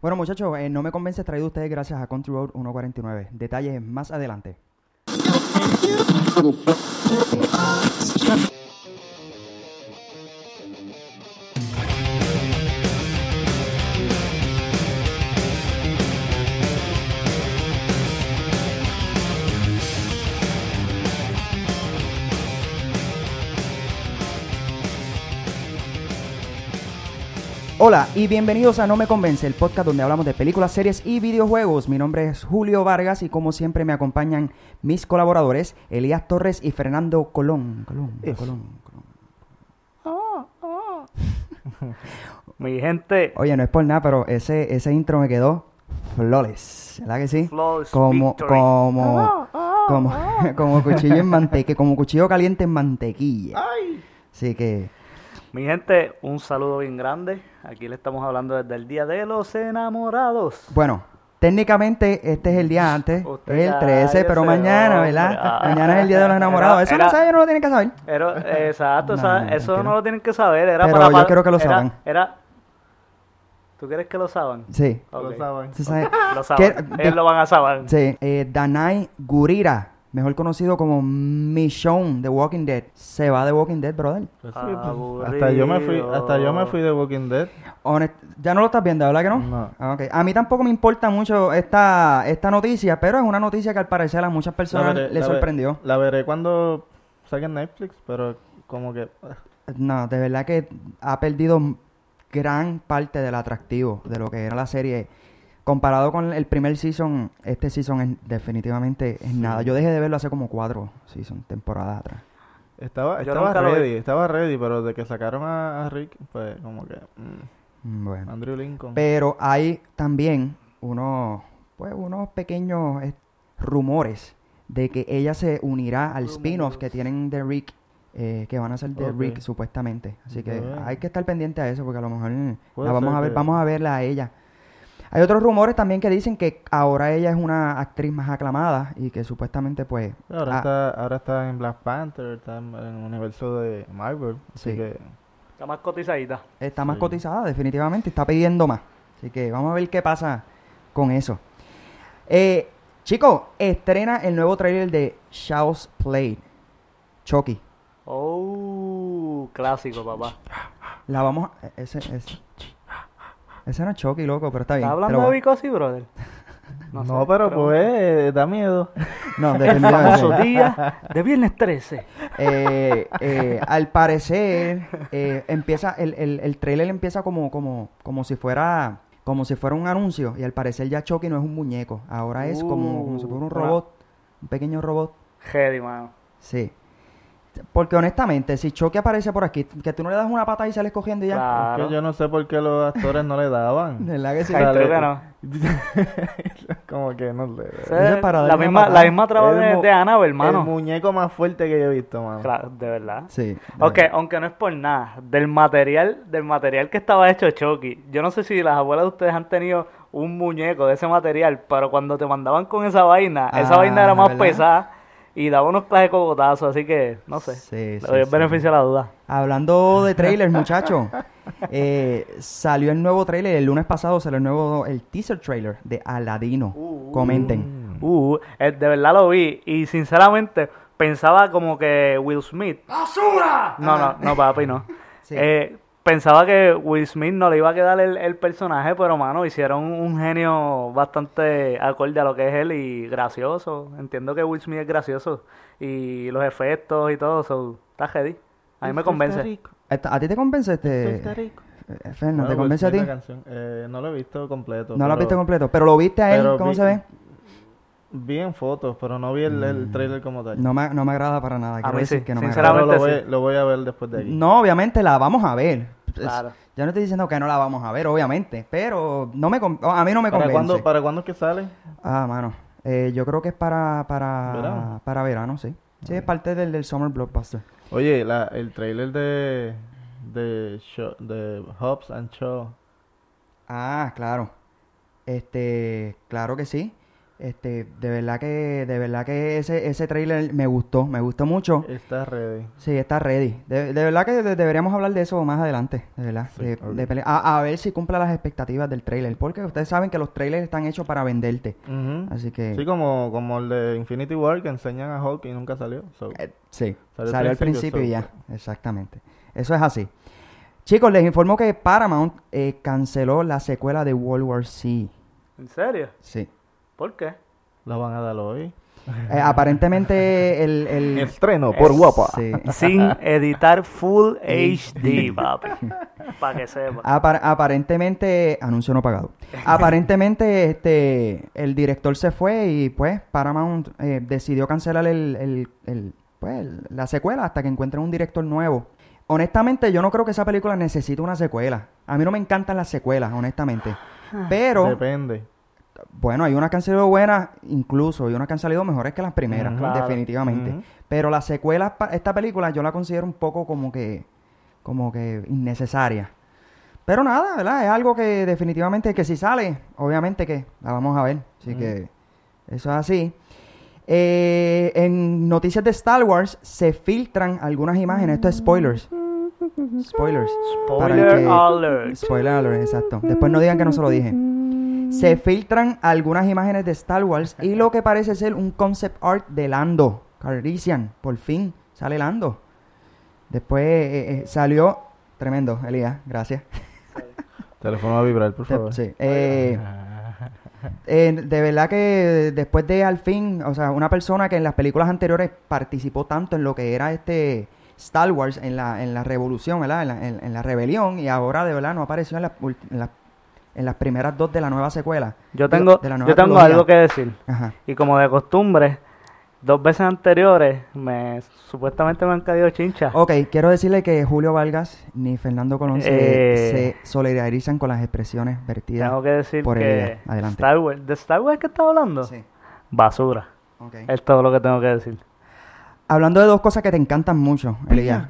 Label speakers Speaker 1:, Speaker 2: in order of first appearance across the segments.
Speaker 1: Bueno, muchachos, eh, No Me Convence traído a ustedes gracias a Country Road 149. Detalles más adelante. Hola y bienvenidos a No Me Convence, el podcast donde hablamos de películas, series y videojuegos. Mi nombre es Julio Vargas y como siempre me acompañan mis colaboradores Elías Torres y Fernando Colón. Colón,
Speaker 2: Eso.
Speaker 1: Colón, Colón.
Speaker 2: Mi gente,
Speaker 1: Oye, no es por nada, pero ese, ese intro me quedó flawless, ¿verdad que sí?
Speaker 2: Flawless
Speaker 1: Como,
Speaker 2: victory.
Speaker 1: como, como, como cuchillo en mantequilla, como cuchillo caliente en mantequilla. Así que,
Speaker 2: mi gente, un saludo bien grande. Aquí le estamos hablando desde el Día de los Enamorados.
Speaker 1: bueno, técnicamente este es el día antes,
Speaker 2: Usted
Speaker 1: el
Speaker 2: ya
Speaker 1: 13, pero
Speaker 2: ese
Speaker 1: mañana,
Speaker 2: hombre,
Speaker 1: ¿verdad?
Speaker 2: ah.
Speaker 1: Mañana es el día de los enamorados.
Speaker 2: Era-
Speaker 1: Eso no
Speaker 2: era-
Speaker 1: saben, no lo tienen que saber.
Speaker 2: Pero, exacto,
Speaker 1: No,
Speaker 2: esa-
Speaker 1: no, no,
Speaker 2: eso
Speaker 1: tranquilo.
Speaker 2: no lo tienen que saber. Era
Speaker 1: Pero
Speaker 2: para,
Speaker 1: yo quiero que lo
Speaker 2: era-
Speaker 1: saben.
Speaker 2: Era, ¿Tú quieres que lo saben?
Speaker 1: Sí,
Speaker 2: Ok.
Speaker 1: se sabe.
Speaker 2: Lo saben.
Speaker 1: ¿Qué-
Speaker 2: Ellos lo van a saber.
Speaker 1: Sí, eh, Danai Gurira, mejor conocido como Michonne de Walking Dead, se va de Walking Dead, brother.
Speaker 3: Pues sí, pues, Hasta yo me fui, hasta yo me fui de Walking Dead.
Speaker 1: Honest- ya no lo estás viendo, ¿verdad que no?
Speaker 3: No.
Speaker 1: Ah, ok. A mí tampoco me importa mucho esta, esta noticia, pero es una noticia que al parecer a muchas personas
Speaker 3: veré-
Speaker 1: les
Speaker 3: ve-
Speaker 1: sorprendió.
Speaker 3: la veré cuando saquen Netflix, pero como que ah,
Speaker 1: No, de verdad que ha perdido gran parte del atractivo de lo que era la serie. Comparado con el primer season, este season es- definitivamente es nada. Yo dejé de verlo hace como cuatro season, temporadas atrás.
Speaker 3: estaba,
Speaker 2: Yo
Speaker 3: estaba
Speaker 2: nunca lo vi.
Speaker 3: ready, estaba ready, pero de que sacaron a, a Rick, pues como que mm,
Speaker 1: Bueno.
Speaker 3: Andrew Lincoln.
Speaker 1: Pero hay también unos, pues, unos pequeños eh, rumores de que ella se unirá al spin-off que tienen de Rick, eh, que van a ser de
Speaker 3: Ok.
Speaker 1: Rick supuestamente. Así que
Speaker 3: Bueno.
Speaker 1: hay que estar pendiente a eso porque a lo mejor mm,
Speaker 3: Puede
Speaker 1: la vamos
Speaker 3: ser
Speaker 1: a ver,
Speaker 3: que-
Speaker 1: vamos a verla a ella. Hay otros rumores también que dicen que ahora ella es una actriz más aclamada y que supuestamente pues
Speaker 3: ahora
Speaker 1: ah,
Speaker 3: está, ahora está en Black Panther, está en, en el universo de Marvel, así
Speaker 1: Sí.
Speaker 3: que
Speaker 2: Está más cotizadita.
Speaker 1: está más
Speaker 3: Sí.
Speaker 1: cotizada, definitivamente, está pidiendo más. Así que vamos a ver qué pasa con eso. Eh, chicos, estrena el nuevo trailer de Shao's Play, Chucky.
Speaker 2: Oh, clásico, papá.
Speaker 1: La vamos a. e, Ese, ese. Ese no es Chucky, loco, pero está bien.
Speaker 2: ¿Estás
Speaker 1: te lo
Speaker 2: hablando de
Speaker 1: voy a-
Speaker 2: Bicosi, brother?
Speaker 3: no,
Speaker 2: sé,
Speaker 3: pero pues eh, da miedo.
Speaker 1: No,
Speaker 2: El famoso
Speaker 1: definitivamente.
Speaker 2: día de viernes 13.
Speaker 1: Eh, eh, al parecer, eh, empieza. El, el, el trailer empieza como, como, como si fuera. Como si fuera un anuncio. Y al parecer ya Chucky no es un muñeco. Ahora es como, como si fuera un
Speaker 2: Uh, una-
Speaker 1: robot. Un pequeño robot.
Speaker 2: Heavy, mano.
Speaker 1: Sí. Porque honestamente, si Chucky aparece por aquí, que tú no le das una pata y sales cogiendo y ya.
Speaker 2: Claro.
Speaker 3: Es que yo no sé por qué los actores no le daban.
Speaker 1: ¿Verdad que sí?
Speaker 2: Ay,
Speaker 3: Dale.
Speaker 2: creo que no.
Speaker 3: como que no le
Speaker 2: O
Speaker 1: Eso
Speaker 2: sea,
Speaker 1: es para
Speaker 2: la,
Speaker 1: darle una
Speaker 2: misma, la
Speaker 1: patada.
Speaker 2: misma traba
Speaker 3: El
Speaker 2: de,
Speaker 3: mu-
Speaker 2: de Annabelle,
Speaker 3: El
Speaker 2: hermano.
Speaker 3: muñeco más fuerte que yo he visto, mano.
Speaker 2: Claro, de verdad.
Speaker 1: Sí.
Speaker 2: Ok, aunque no es por nada, del material, del material que estaba hecho Chucky, yo no sé si las abuelas de ustedes han tenido un muñeco de ese material, pero cuando te mandaban con esa vaina, esa
Speaker 1: Ah,
Speaker 2: vaina era más
Speaker 1: ¿verdad?
Speaker 2: pesada y daba unos clases de cogotazos, así que no sé.
Speaker 1: Sí,
Speaker 2: le
Speaker 1: sí,
Speaker 2: doy el
Speaker 1: sí.
Speaker 2: beneficio a la duda.
Speaker 1: Hablando de trailers, muchachos. salió el nuevo trailer, el lunes pasado salió el nuevo el teaser trailer de Aladino.
Speaker 2: Uh, uh,
Speaker 1: Comenten.
Speaker 2: Uh, eh, de verdad lo vi y sinceramente pensaba como que Will Smith. ¡Basura! No, no, no, papi, no.
Speaker 1: Sí.
Speaker 2: Eh, pensaba que Will Smith no le iba a quedar el, el personaje, pero mano, hicieron un genio bastante acorde a lo que es él y gracioso. Entiendo que Will Smith es gracioso y los efectos y todo, so, está heavy. A mí me convence.
Speaker 1: ¿A a ti te convence este? eh, Fernan, ¿te
Speaker 3: Bueno, pues,
Speaker 1: convence a
Speaker 3: Will
Speaker 1: ti?
Speaker 3: Smith, la canción. Eh, no lo he visto completo.
Speaker 1: No lo has
Speaker 3: pero
Speaker 1: visto completo, pero lo viste a él,
Speaker 3: pero
Speaker 1: ¿cómo
Speaker 3: vi-
Speaker 1: se ve? Mm.
Speaker 3: Vi en fotos, pero no vi el, el trailer como tal.
Speaker 1: No me, no me agrada para nada. Quiero
Speaker 2: mí
Speaker 1: decir
Speaker 2: sí,
Speaker 1: que no me
Speaker 2: sinceramente.
Speaker 1: agrada.
Speaker 3: pero lo voy,
Speaker 2: claramente
Speaker 3: lo voy a ver después de aquí.
Speaker 1: No, obviamente la vamos a ver. Es-
Speaker 2: Claro.
Speaker 1: Yo no estoy diciendo que no la vamos a ver, obviamente, pero no me con- a mí no me
Speaker 3: ¿Para,
Speaker 1: convence.
Speaker 3: cuándo, ¿Para cuándo es que sale?
Speaker 1: Ah, mano. Eh, yo creo que es para para
Speaker 3: ¿Verano?
Speaker 1: para verano, sí. Sí, es parte del, del Summer Blockbuster.
Speaker 3: Oye, la, el trailer de, de, Shaw- de Hobbs and Shaw.
Speaker 1: Ah, claro. Este, claro que sí. Este, de verdad que, de verdad que ese, ese trailer me gustó, me gustó mucho.
Speaker 3: Está ready.
Speaker 1: Sí, está ready. De, de verdad que de- deberíamos hablar de eso más adelante, de verdad.
Speaker 3: Sí,
Speaker 1: De-
Speaker 3: ok.
Speaker 1: de pele- a, a ver si cumple las expectativas del trailer, porque ustedes saben que los trailers están hechos para venderte.
Speaker 3: Ujú.
Speaker 1: Así que...
Speaker 3: Sí, como, como el de Infinity War que enseñan a Hulk y nunca salió. so.
Speaker 1: Eh, sí,
Speaker 3: Salió al
Speaker 1: salió al
Speaker 3: principio,
Speaker 1: principio y ya,
Speaker 3: so-
Speaker 1: exactamente. Eso es así. Chicos, les informo que Paramount eh, canceló la secuela de World War C.
Speaker 2: ¿En serio?
Speaker 1: Sí.
Speaker 2: ¿Por qué?
Speaker 3: La van a dar hoy.
Speaker 1: Eh, aparentemente el... el-
Speaker 3: Estreno por
Speaker 2: Es-
Speaker 3: guapa.
Speaker 1: sí.
Speaker 2: Sin editar Full HD, papi. Para que sepa.
Speaker 1: Apar- aparentemente, anuncio no pagado. Aparentemente, este, el director se fue y pues Paramount eh, decidió cancelar el, el- el- pues, el- la secuela hasta que encuentren un director nuevo. Honestamente, yo no creo que esa película necesite una secuela. A mí no me encantan las secuelas, honestamente. Pero,
Speaker 3: Depende.
Speaker 1: bueno, hay unas que han salido buenas, incluso, y unas que han salido mejores que las primeras,
Speaker 2: Ujú. Claro.
Speaker 1: definitivamente.
Speaker 3: Ujú.
Speaker 1: Pero la secuela, pa- esta película, yo la considero un poco como que, como que innecesaria. Pero nada, ¿verdad? Es algo que definitivamente que si sale, obviamente que la vamos a ver. Así
Speaker 3: Mm.
Speaker 1: que eso es así. Eh, en noticias de Star Wars se filtran algunas imágenes. Esto es spoilers. Spoilers. Para el
Speaker 2: Spoiler
Speaker 1: que-
Speaker 2: alert.
Speaker 1: Spoiler alert, exacto. Después no digan que no se lo dije. Se filtran algunas imágenes de Star Wars y lo que parece ser un concept art de Lando. Calrissian, por fin sale Lando. Después eh, eh, salió. Tremendo, Elías, gracias.
Speaker 3: Teléfono va a vibrar, por
Speaker 1: Te-
Speaker 3: favor.
Speaker 1: sí, eh, eh, de verdad que después de al fin, o sea, una persona que en las películas anteriores participó tanto en lo que era este Star Wars, en la, en la revolución, ¿verdad? En la, en- en la rebelión, y ahora de verdad no apareció en, las ul- en, las- en las primeras dos de la nueva secuela.
Speaker 2: Yo
Speaker 1: Digo,
Speaker 2: tengo,
Speaker 1: de la nueva
Speaker 2: yo tengo
Speaker 1: trilogía.
Speaker 2: algo que decir.
Speaker 1: Ajá.
Speaker 2: Y como de costumbre, dos veces anteriores me supuestamente me han caído chinchas.
Speaker 1: Ok, quiero decirle que Julio Vargas ni Fernando Colón se,
Speaker 2: Eh.
Speaker 1: se solidarizan con las expresiones vertidas.
Speaker 2: Tengo que decir
Speaker 1: por
Speaker 2: que
Speaker 1: Elías. Adelante.
Speaker 2: Star Wars, de Star Wars que estás hablando,
Speaker 1: Sí,
Speaker 2: basura.
Speaker 1: ok.
Speaker 2: Es todo lo que tengo que decir.
Speaker 1: Hablando de dos cosas que te encantan mucho, Elías.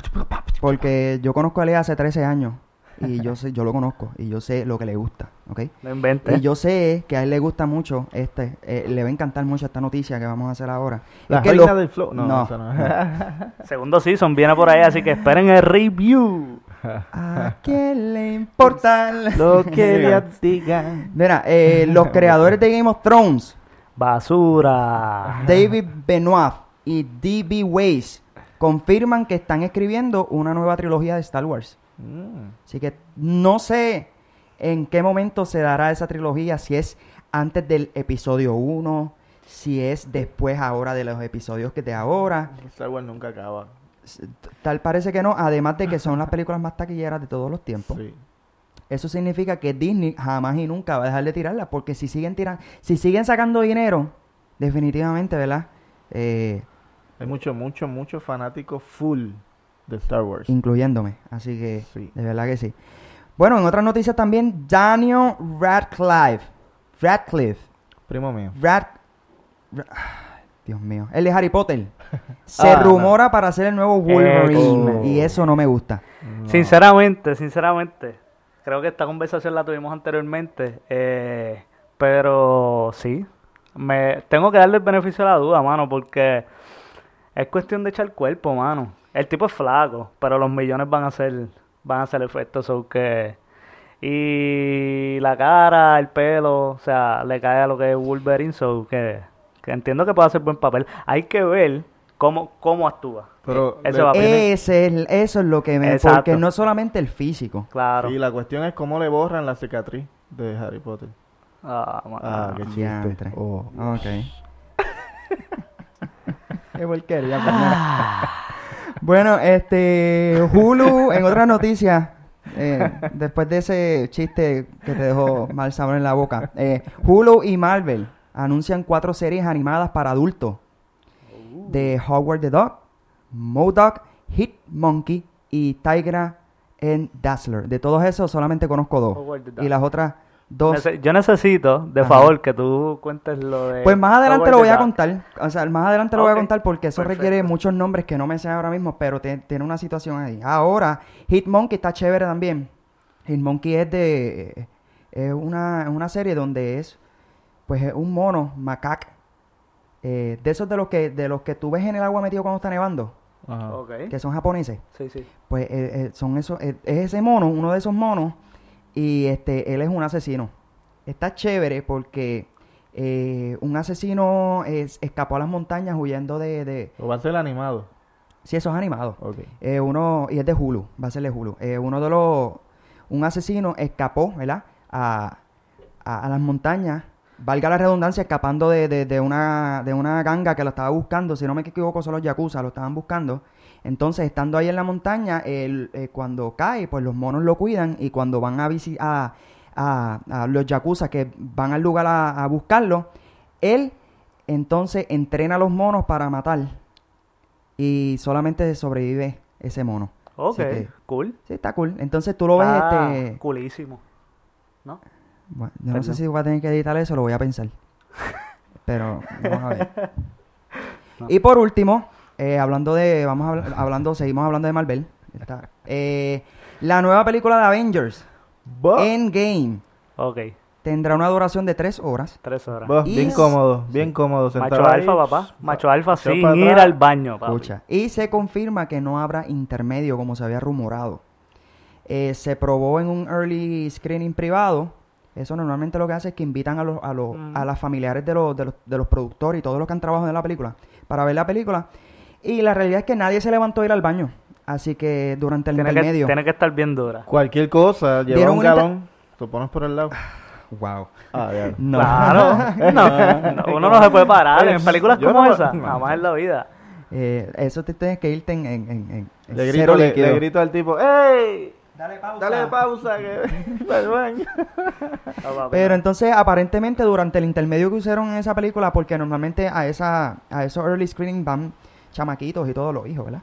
Speaker 1: Porque yo conozco a Elías hace 13 años y yo sé, yo lo conozco y yo sé lo que le gusta, ¿ok?
Speaker 2: No inventes.
Speaker 1: Y yo sé que a él le gusta mucho este, eh, le va a encantar mucho esta noticia que vamos a hacer ahora.
Speaker 3: La
Speaker 1: Es que
Speaker 3: reina
Speaker 1: los-
Speaker 3: del flow. No,
Speaker 1: No,
Speaker 3: esa no.
Speaker 2: Segundo season viene por ahí, así que esperen el review.
Speaker 1: ¿A quién le importa?
Speaker 3: Lo que ellas digan.
Speaker 1: Mira, eh, los creadores de Game of Thrones
Speaker 3: Ah.
Speaker 2: Basura.
Speaker 1: David Benoit y D.B. Weiss confirman que están escribiendo una nueva trilogía de Star Wars.
Speaker 3: Mm.
Speaker 1: Así que no sé en qué momento se dará esa trilogía, si es antes del episodio 1, si es después ahora de los episodios que de ahora.
Speaker 3: Star Wars nunca acaba.
Speaker 1: S- t- Tal parece que no, además de que son las películas más taquilleras de todos los tiempos.
Speaker 3: Sí.
Speaker 1: Eso significa que Disney jamás y nunca va a dejar de tirarla, porque si siguen tirando, si siguen sacando dinero, definitivamente, ¿verdad? Eh,
Speaker 3: Hay mucho, mucho, mucho fanático full de Star Wars.
Speaker 1: incluyéndome. Así que,
Speaker 3: Sí.
Speaker 1: de verdad que sí. Bueno, en otras noticias también, Daniel Radcliffe. Radcliffe.
Speaker 3: Primo mío.
Speaker 1: Rad... Ra- Dios mío. El de Harry Potter. Se
Speaker 3: Ah, no.
Speaker 1: rumora para hacer el nuevo Wolverine.
Speaker 3: Eco.
Speaker 1: Y eso no me gusta.
Speaker 2: Mm,
Speaker 3: No.
Speaker 2: Sinceramente, sinceramente, creo que esta conversación la tuvimos anteriormente, eh, pero sí, me tengo que darle el beneficio de la duda, mano, porque es cuestión de echar cuerpo, mano. El tipo es flaco, pero los millones van a ser, van a hacer efecto, so que y la cara, el pelo, o sea, le cae a lo que es Wolverine, so que, que entiendo que puede hacer buen papel. Hay que ver cómo cómo actúa.
Speaker 3: Pero
Speaker 2: Ese
Speaker 3: le-
Speaker 2: Eh, va- Papine.
Speaker 1: Ese es, eso es lo que me...
Speaker 2: Exacto.
Speaker 1: Porque no solamente el físico.
Speaker 2: Claro.
Speaker 3: Sí, la cuestión es cómo le borran la cicatriz de Harry Potter.
Speaker 2: Ah, mano.
Speaker 3: Ah, qué chiste.
Speaker 1: Diantre.
Speaker 3: Oh.
Speaker 1: Ok. Qué porquería,
Speaker 3: Ah.
Speaker 1: Fernanda. pues, Bueno, este. Hulu, en otra noticia. eh, después de ese chiste que te dejó mal sabor en la boca, eh, Hulu y Marvel anuncian cuatro series animadas para adultos de Howard the Dog, Modoc, Hit Monkey y Tigra and Dazzler. De todos esos solamente conozco
Speaker 2: Howard the
Speaker 1: dos
Speaker 2: Duck.
Speaker 1: y las otras dos
Speaker 2: Nece- yo necesito, de
Speaker 1: Ajá.
Speaker 2: favor, que tú cuentes lo de.
Speaker 1: Pues más adelante
Speaker 2: Howard
Speaker 1: lo
Speaker 2: the
Speaker 1: voy a
Speaker 2: Duck.
Speaker 1: contar. O sea, más adelante lo voy a
Speaker 2: Ok,
Speaker 1: contar porque eso requiere
Speaker 2: perfecto.
Speaker 1: muchos nombres que no me sé ahora mismo, pero te- tiene una situación ahí. Ahora, Hitmonkey está chévere también. Hitmonkey es de. Es una, es una serie donde es pues es un mono, macac, eh, de esos de los, que, de los que tú ves en el agua metido cuando está nevando,
Speaker 3: Ajá.
Speaker 2: Ok.
Speaker 1: que son japoneses.
Speaker 2: Ah. Sí, sí.
Speaker 1: Pues eh, eh, son esos, eh, es ese mono, uno de esos monos, y este, él es un asesino. Está chévere porque eh, un asesino es- escapó a las montañas huyendo de, de
Speaker 3: ¿O va a ser animado?
Speaker 1: sí, esos animados.
Speaker 3: Ok.
Speaker 1: Eh, uno, y es de Hulu, va a ser de Hulu. Eh, uno de los, un asesino escapó, ¿verdad? A, a, a las montañas, valga la redundancia, escapando de, de- de una, de una ganga que lo estaba buscando, si no me equivoco son los Yakuza, lo estaban buscando. Entonces, estando ahí en la montaña, él, eh, cuando cae, pues los monos lo cuidan y cuando van a visi- a, a, a los Yakuza que van al lugar a, a buscarlo, él entonces entrena a los monos para matar y solamente sobrevive ese mono.
Speaker 2: Ok,
Speaker 1: que-
Speaker 2: cool.
Speaker 1: Sí, está cool. Entonces tú lo ves,
Speaker 2: Está
Speaker 1: este...
Speaker 2: Coolísimo. ¿No?
Speaker 1: bueno, yo no sé
Speaker 2: Perdón.
Speaker 1: si voy a tener que editar eso, lo voy a pensar. Pero vamos a ver.
Speaker 2: No.
Speaker 1: Y por último, eh, hablando de... Vamos a habl- hablando... Seguimos hablando de Marvel. Está- eh, la nueva película de Avengers,
Speaker 2: Oh.
Speaker 3: Bah,
Speaker 1: Endgame,
Speaker 2: Ok,
Speaker 1: tendrá una duración de tres horas.
Speaker 2: tres horas.
Speaker 3: bah,
Speaker 1: Y
Speaker 3: bien
Speaker 1: es-
Speaker 3: cómodo, bien cómodo.
Speaker 2: Macho
Speaker 3: sentado pues, ahí,
Speaker 2: alfa, papá. Macho alfa
Speaker 3: echado
Speaker 2: sin
Speaker 3: para
Speaker 2: ir
Speaker 3: atrás.
Speaker 2: al baño, papi.
Speaker 1: Escucha, Y se confirma que no habrá intermedio como se había rumorado. Eh, se probó en un early screening privado. Eso normalmente lo que hace es que invitan a los, a los,
Speaker 2: Ujú.
Speaker 1: a las familiares de los, de los, de los productores y todos los que han trabajado en la película para ver la película. Y la realidad es que nadie se levantó a ir al baño. Así que durante el
Speaker 2: Tiene que,
Speaker 1: intermedio.
Speaker 2: tiene que estar bien dura.
Speaker 3: Cualquier cosa, lleva
Speaker 1: Dieron
Speaker 3: un
Speaker 1: una ta-
Speaker 3: galón, lo pones por el lado.
Speaker 1: Wow.
Speaker 3: Ah, ya.
Speaker 1: No.
Speaker 2: Claro. No, no, uno no se puede parar. En películas
Speaker 3: yo
Speaker 2: como
Speaker 3: no-
Speaker 2: esa, nada más en la vida.
Speaker 1: Eh, eso te tienes que irte en, en, en- en- en
Speaker 3: Le
Speaker 1: cero
Speaker 3: grito, le,
Speaker 1: líquido.
Speaker 3: le grito al tipo, ¡Ey!
Speaker 1: Dale pausa.
Speaker 3: Dale pausa, que me baño".
Speaker 2: No, papi,
Speaker 1: Pero
Speaker 2: no.
Speaker 1: entonces, aparentemente, durante el intermedio que hicieron en esa película, porque normalmente a, esa, a esos early screening van chamaquitos y todos los hijos, ¿verdad?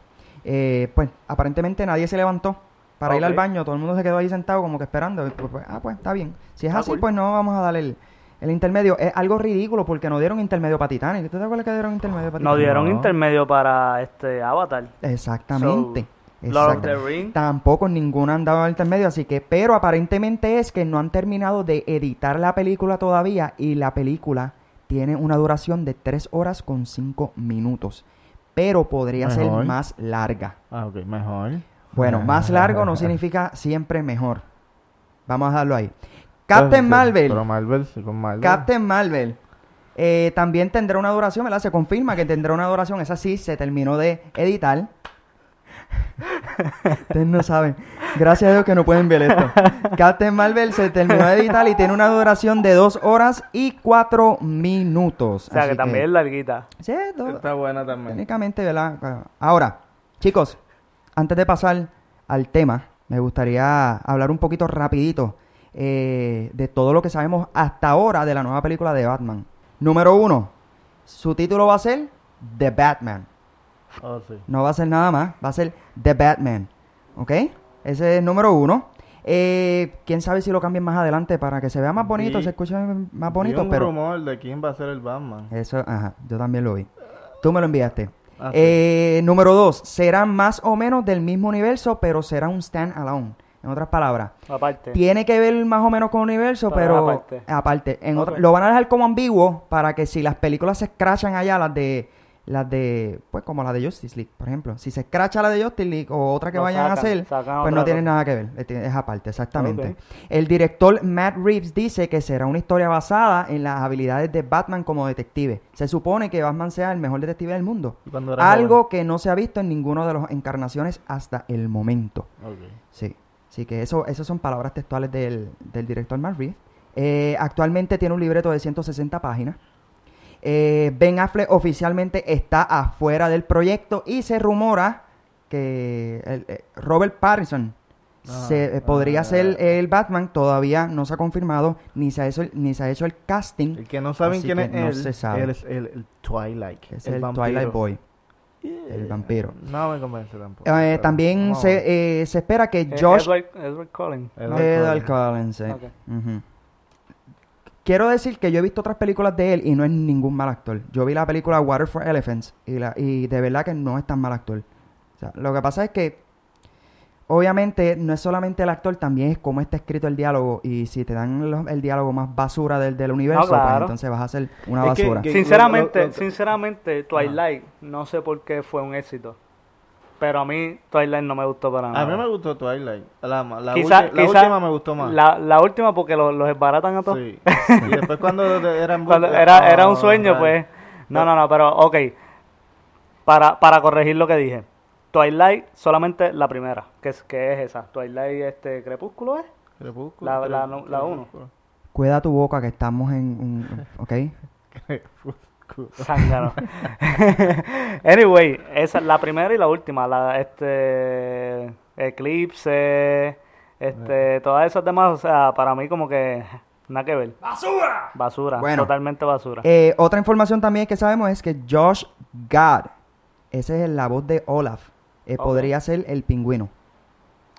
Speaker 1: Eh, pues aparentemente nadie se levantó para ir
Speaker 2: Ok.
Speaker 1: al baño, todo el mundo se quedó ahí sentado como que esperando. y pues, pues, ah, pues está bien. Si es
Speaker 2: Ah,
Speaker 1: así,
Speaker 2: cool.
Speaker 1: pues no vamos a darle el, el intermedio. Es algo ridículo porque no dieron intermedio para Titanic. ¿Tú te acuerdas que dieron intermedio para
Speaker 2: Nos
Speaker 1: Titanic?
Speaker 2: dieron
Speaker 3: No.
Speaker 2: intermedio para este Avatar.
Speaker 1: Exactamente.
Speaker 2: So, Lord of
Speaker 1: exactamente.
Speaker 2: the Ring.
Speaker 1: Tampoco ninguna han dado intermedio, así que, pero aparentemente es que no han terminado de editar la película todavía y la película tiene una duración de 3 horas con 5 minutos, pero podría
Speaker 3: Mejor.
Speaker 1: ser más larga.
Speaker 3: Ah, ok, mejor.
Speaker 1: Bueno, más largo no significa siempre mejor. Vamos a dejarlo ahí. Captain
Speaker 3: Pero-
Speaker 1: Marvel.
Speaker 3: Pero Marvel, sí, con Marvel.
Speaker 1: Captain Marvel. eh, también tendrá una duración, ¿verdad? Se confirma que tendrá una duración. Esa sí se terminó de editar. Ustedes no saben. Gracias a Dios que no pueden ver esto. Captain Marvel se terminó de editar y tiene una duración de 2 horas y 4 minutos.
Speaker 2: O sea,
Speaker 1: Así
Speaker 2: que también es larguita.
Speaker 1: Sí, dos-
Speaker 3: Está buena también.
Speaker 1: técnicamente, ¿verdad? Ahora, chicos, antes de pasar al tema, me gustaría hablar un poquito rapidito eh, de todo lo que sabemos hasta ahora de la nueva película de Batman. Número uno, su título va a ser The Batman.
Speaker 3: Oh, sí.
Speaker 1: No va a ser nada más, va a ser The Batman. ¿Ok? Ese es número uno. Eh, Quién sabe si lo cambien más adelante para que se vea más bonito,
Speaker 3: Vi-
Speaker 1: se escuche más
Speaker 3: Vi
Speaker 1: bonito,
Speaker 3: un
Speaker 1: pero.
Speaker 3: rumor de quién va a ser el Batman.
Speaker 1: Eso, ajá, yo también lo vi. Tú me lo enviaste.
Speaker 3: Ah, sí.
Speaker 1: Eh, número dos, serán más o menos del mismo universo, pero será un stand-alone. En otras palabras,
Speaker 2: Aparte.
Speaker 1: tiene que ver más o menos con el universo, pero
Speaker 2: Pero aparte.
Speaker 1: aparte. en otra-
Speaker 2: Ok.
Speaker 1: lo van a dejar como ambiguo para que si las películas se escrachan allá, las de. Las de. Pues como la de Justice League, por ejemplo. Si se escracha la de Justice League o otra que
Speaker 2: Lo
Speaker 1: vayan a
Speaker 2: sacan,
Speaker 1: hacer,
Speaker 2: sacan
Speaker 1: pues
Speaker 2: otra
Speaker 1: no tiene
Speaker 2: cosa.
Speaker 1: nada que ver. Es- Es aparte, exactamente.
Speaker 2: Ok.
Speaker 1: El director Matt Reeves dice que será una historia basada en las habilidades de Batman como detective. Se supone que Batman sea el mejor detective del mundo.
Speaker 3: ¿Y cuándo era
Speaker 1: Eh, Algo que no se ha visto en ninguno de las encarnaciones hasta el momento.
Speaker 3: joven? Ok.
Speaker 1: Sí. Así que eso, esas son palabras textuales del, del director Matt Reeves. Eh, actualmente tiene un libreto de 160 páginas. Eh, ben Affleck oficialmente está afuera del proyecto y se rumora que el- eh, Robert Pattinson
Speaker 3: Ah,
Speaker 1: se, eh, podría
Speaker 3: ah.
Speaker 1: ser el Batman. Todavía no se ha confirmado ni se ha hecho, el- ni se ha hecho el casting.
Speaker 3: El que no saben
Speaker 1: Así
Speaker 3: quién
Speaker 1: que
Speaker 3: es
Speaker 1: no
Speaker 3: él,
Speaker 1: se sabe.
Speaker 3: él es el, el Twilight.
Speaker 1: que es el,
Speaker 3: vampiro.
Speaker 1: Twilight Boy. el vampiro.
Speaker 3: No me convence tampoco.
Speaker 1: Eh,
Speaker 3: pero
Speaker 1: también
Speaker 3: vamos a ver.
Speaker 1: se, eh, se espera que
Speaker 2: Eh,
Speaker 1: Josh
Speaker 2: Edward, Edward Cullen.
Speaker 3: El
Speaker 1: Edward
Speaker 3: alcohol.
Speaker 1: Cullen, sí.
Speaker 2: Ok.
Speaker 1: Ujú. Quiero decir que yo he visto otras películas de él y no es ningún mal actor. Yo vi la película Water for Elephants y, la, y de verdad que no es tan mal actor. O sea, lo que pasa es que obviamente no es solamente el actor, también es cómo está escrito el diálogo. Y si te dan lo- el diálogo más basura del, del universo, pues
Speaker 2: claro.
Speaker 1: entonces vas a hacer una
Speaker 3: Es que-
Speaker 1: basura.
Speaker 3: que-
Speaker 2: Sinceramente,
Speaker 3: lo- lo-
Speaker 2: sinceramente, Twilight, no sé por qué fue un éxito. Pero a mí, Twilight no me gustó para nada.
Speaker 3: A mí me gustó Twilight. La, la,
Speaker 2: Quizá-
Speaker 3: ulti- la
Speaker 2: quizá
Speaker 3: última me gustó más.
Speaker 2: La, la última porque lo- los esbaratan a todos.
Speaker 3: Sí. Ah, Y después cuando de- eran...
Speaker 2: Cuando era, era un sueño, pues. No, no, no, pero ok. Para, para corregir lo que dije. Twilight, solamente la primera, que es, que es esa. Twilight, este, Crepúsculo, ¿es?
Speaker 3: Crepúsculo,
Speaker 2: La- la-
Speaker 3: crepúsculo,
Speaker 2: la uno.
Speaker 3: crepúsculo.
Speaker 1: Cuida tu boca que estamos en un... ¿Ok?
Speaker 3: Crepúsculo.
Speaker 2: Zángano. anyway, esa es la primera y la última. La, este, Eclipse, este, todas esas demás, o sea, para mí como que nada que ver. ¡Basura! Basura,
Speaker 1: Bueno.
Speaker 2: totalmente basura.
Speaker 1: Eh, otra información también que sabemos es que Josh Gad, ese es la voz de Olaf, eh,
Speaker 2: Ok.
Speaker 1: podría ser el pingüino.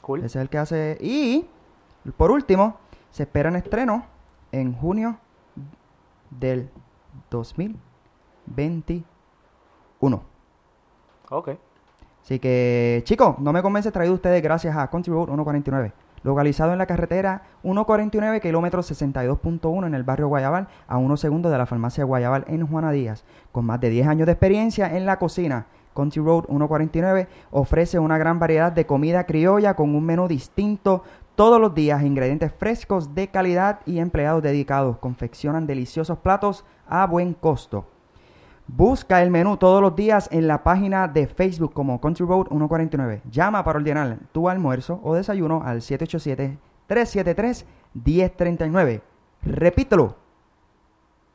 Speaker 2: cool.
Speaker 1: Ese es el que hace. Y, por último, se espera en estreno en junio del 2021.
Speaker 2: Ok.
Speaker 1: Así que, chicos, no me convence traído ustedes gracias a Country Road 149. Localizado en la carretera 149, kilómetro 62.1 en el barrio Guayabal, a unos segundos de la farmacia Guayabal en Juana Díaz. Con más de 10 años de experiencia en la cocina, Country Road 149 ofrece una gran variedad de comida criolla con un menú distinto todos los días, ingredientes frescos de calidad y empleados dedicados. Confeccionan deliciosos platos a buen costo. Busca el menú todos los días en la página de Facebook como Country Road 149. Llama para ordenar tu almuerzo o desayuno al 787-373-1039. Repítelo.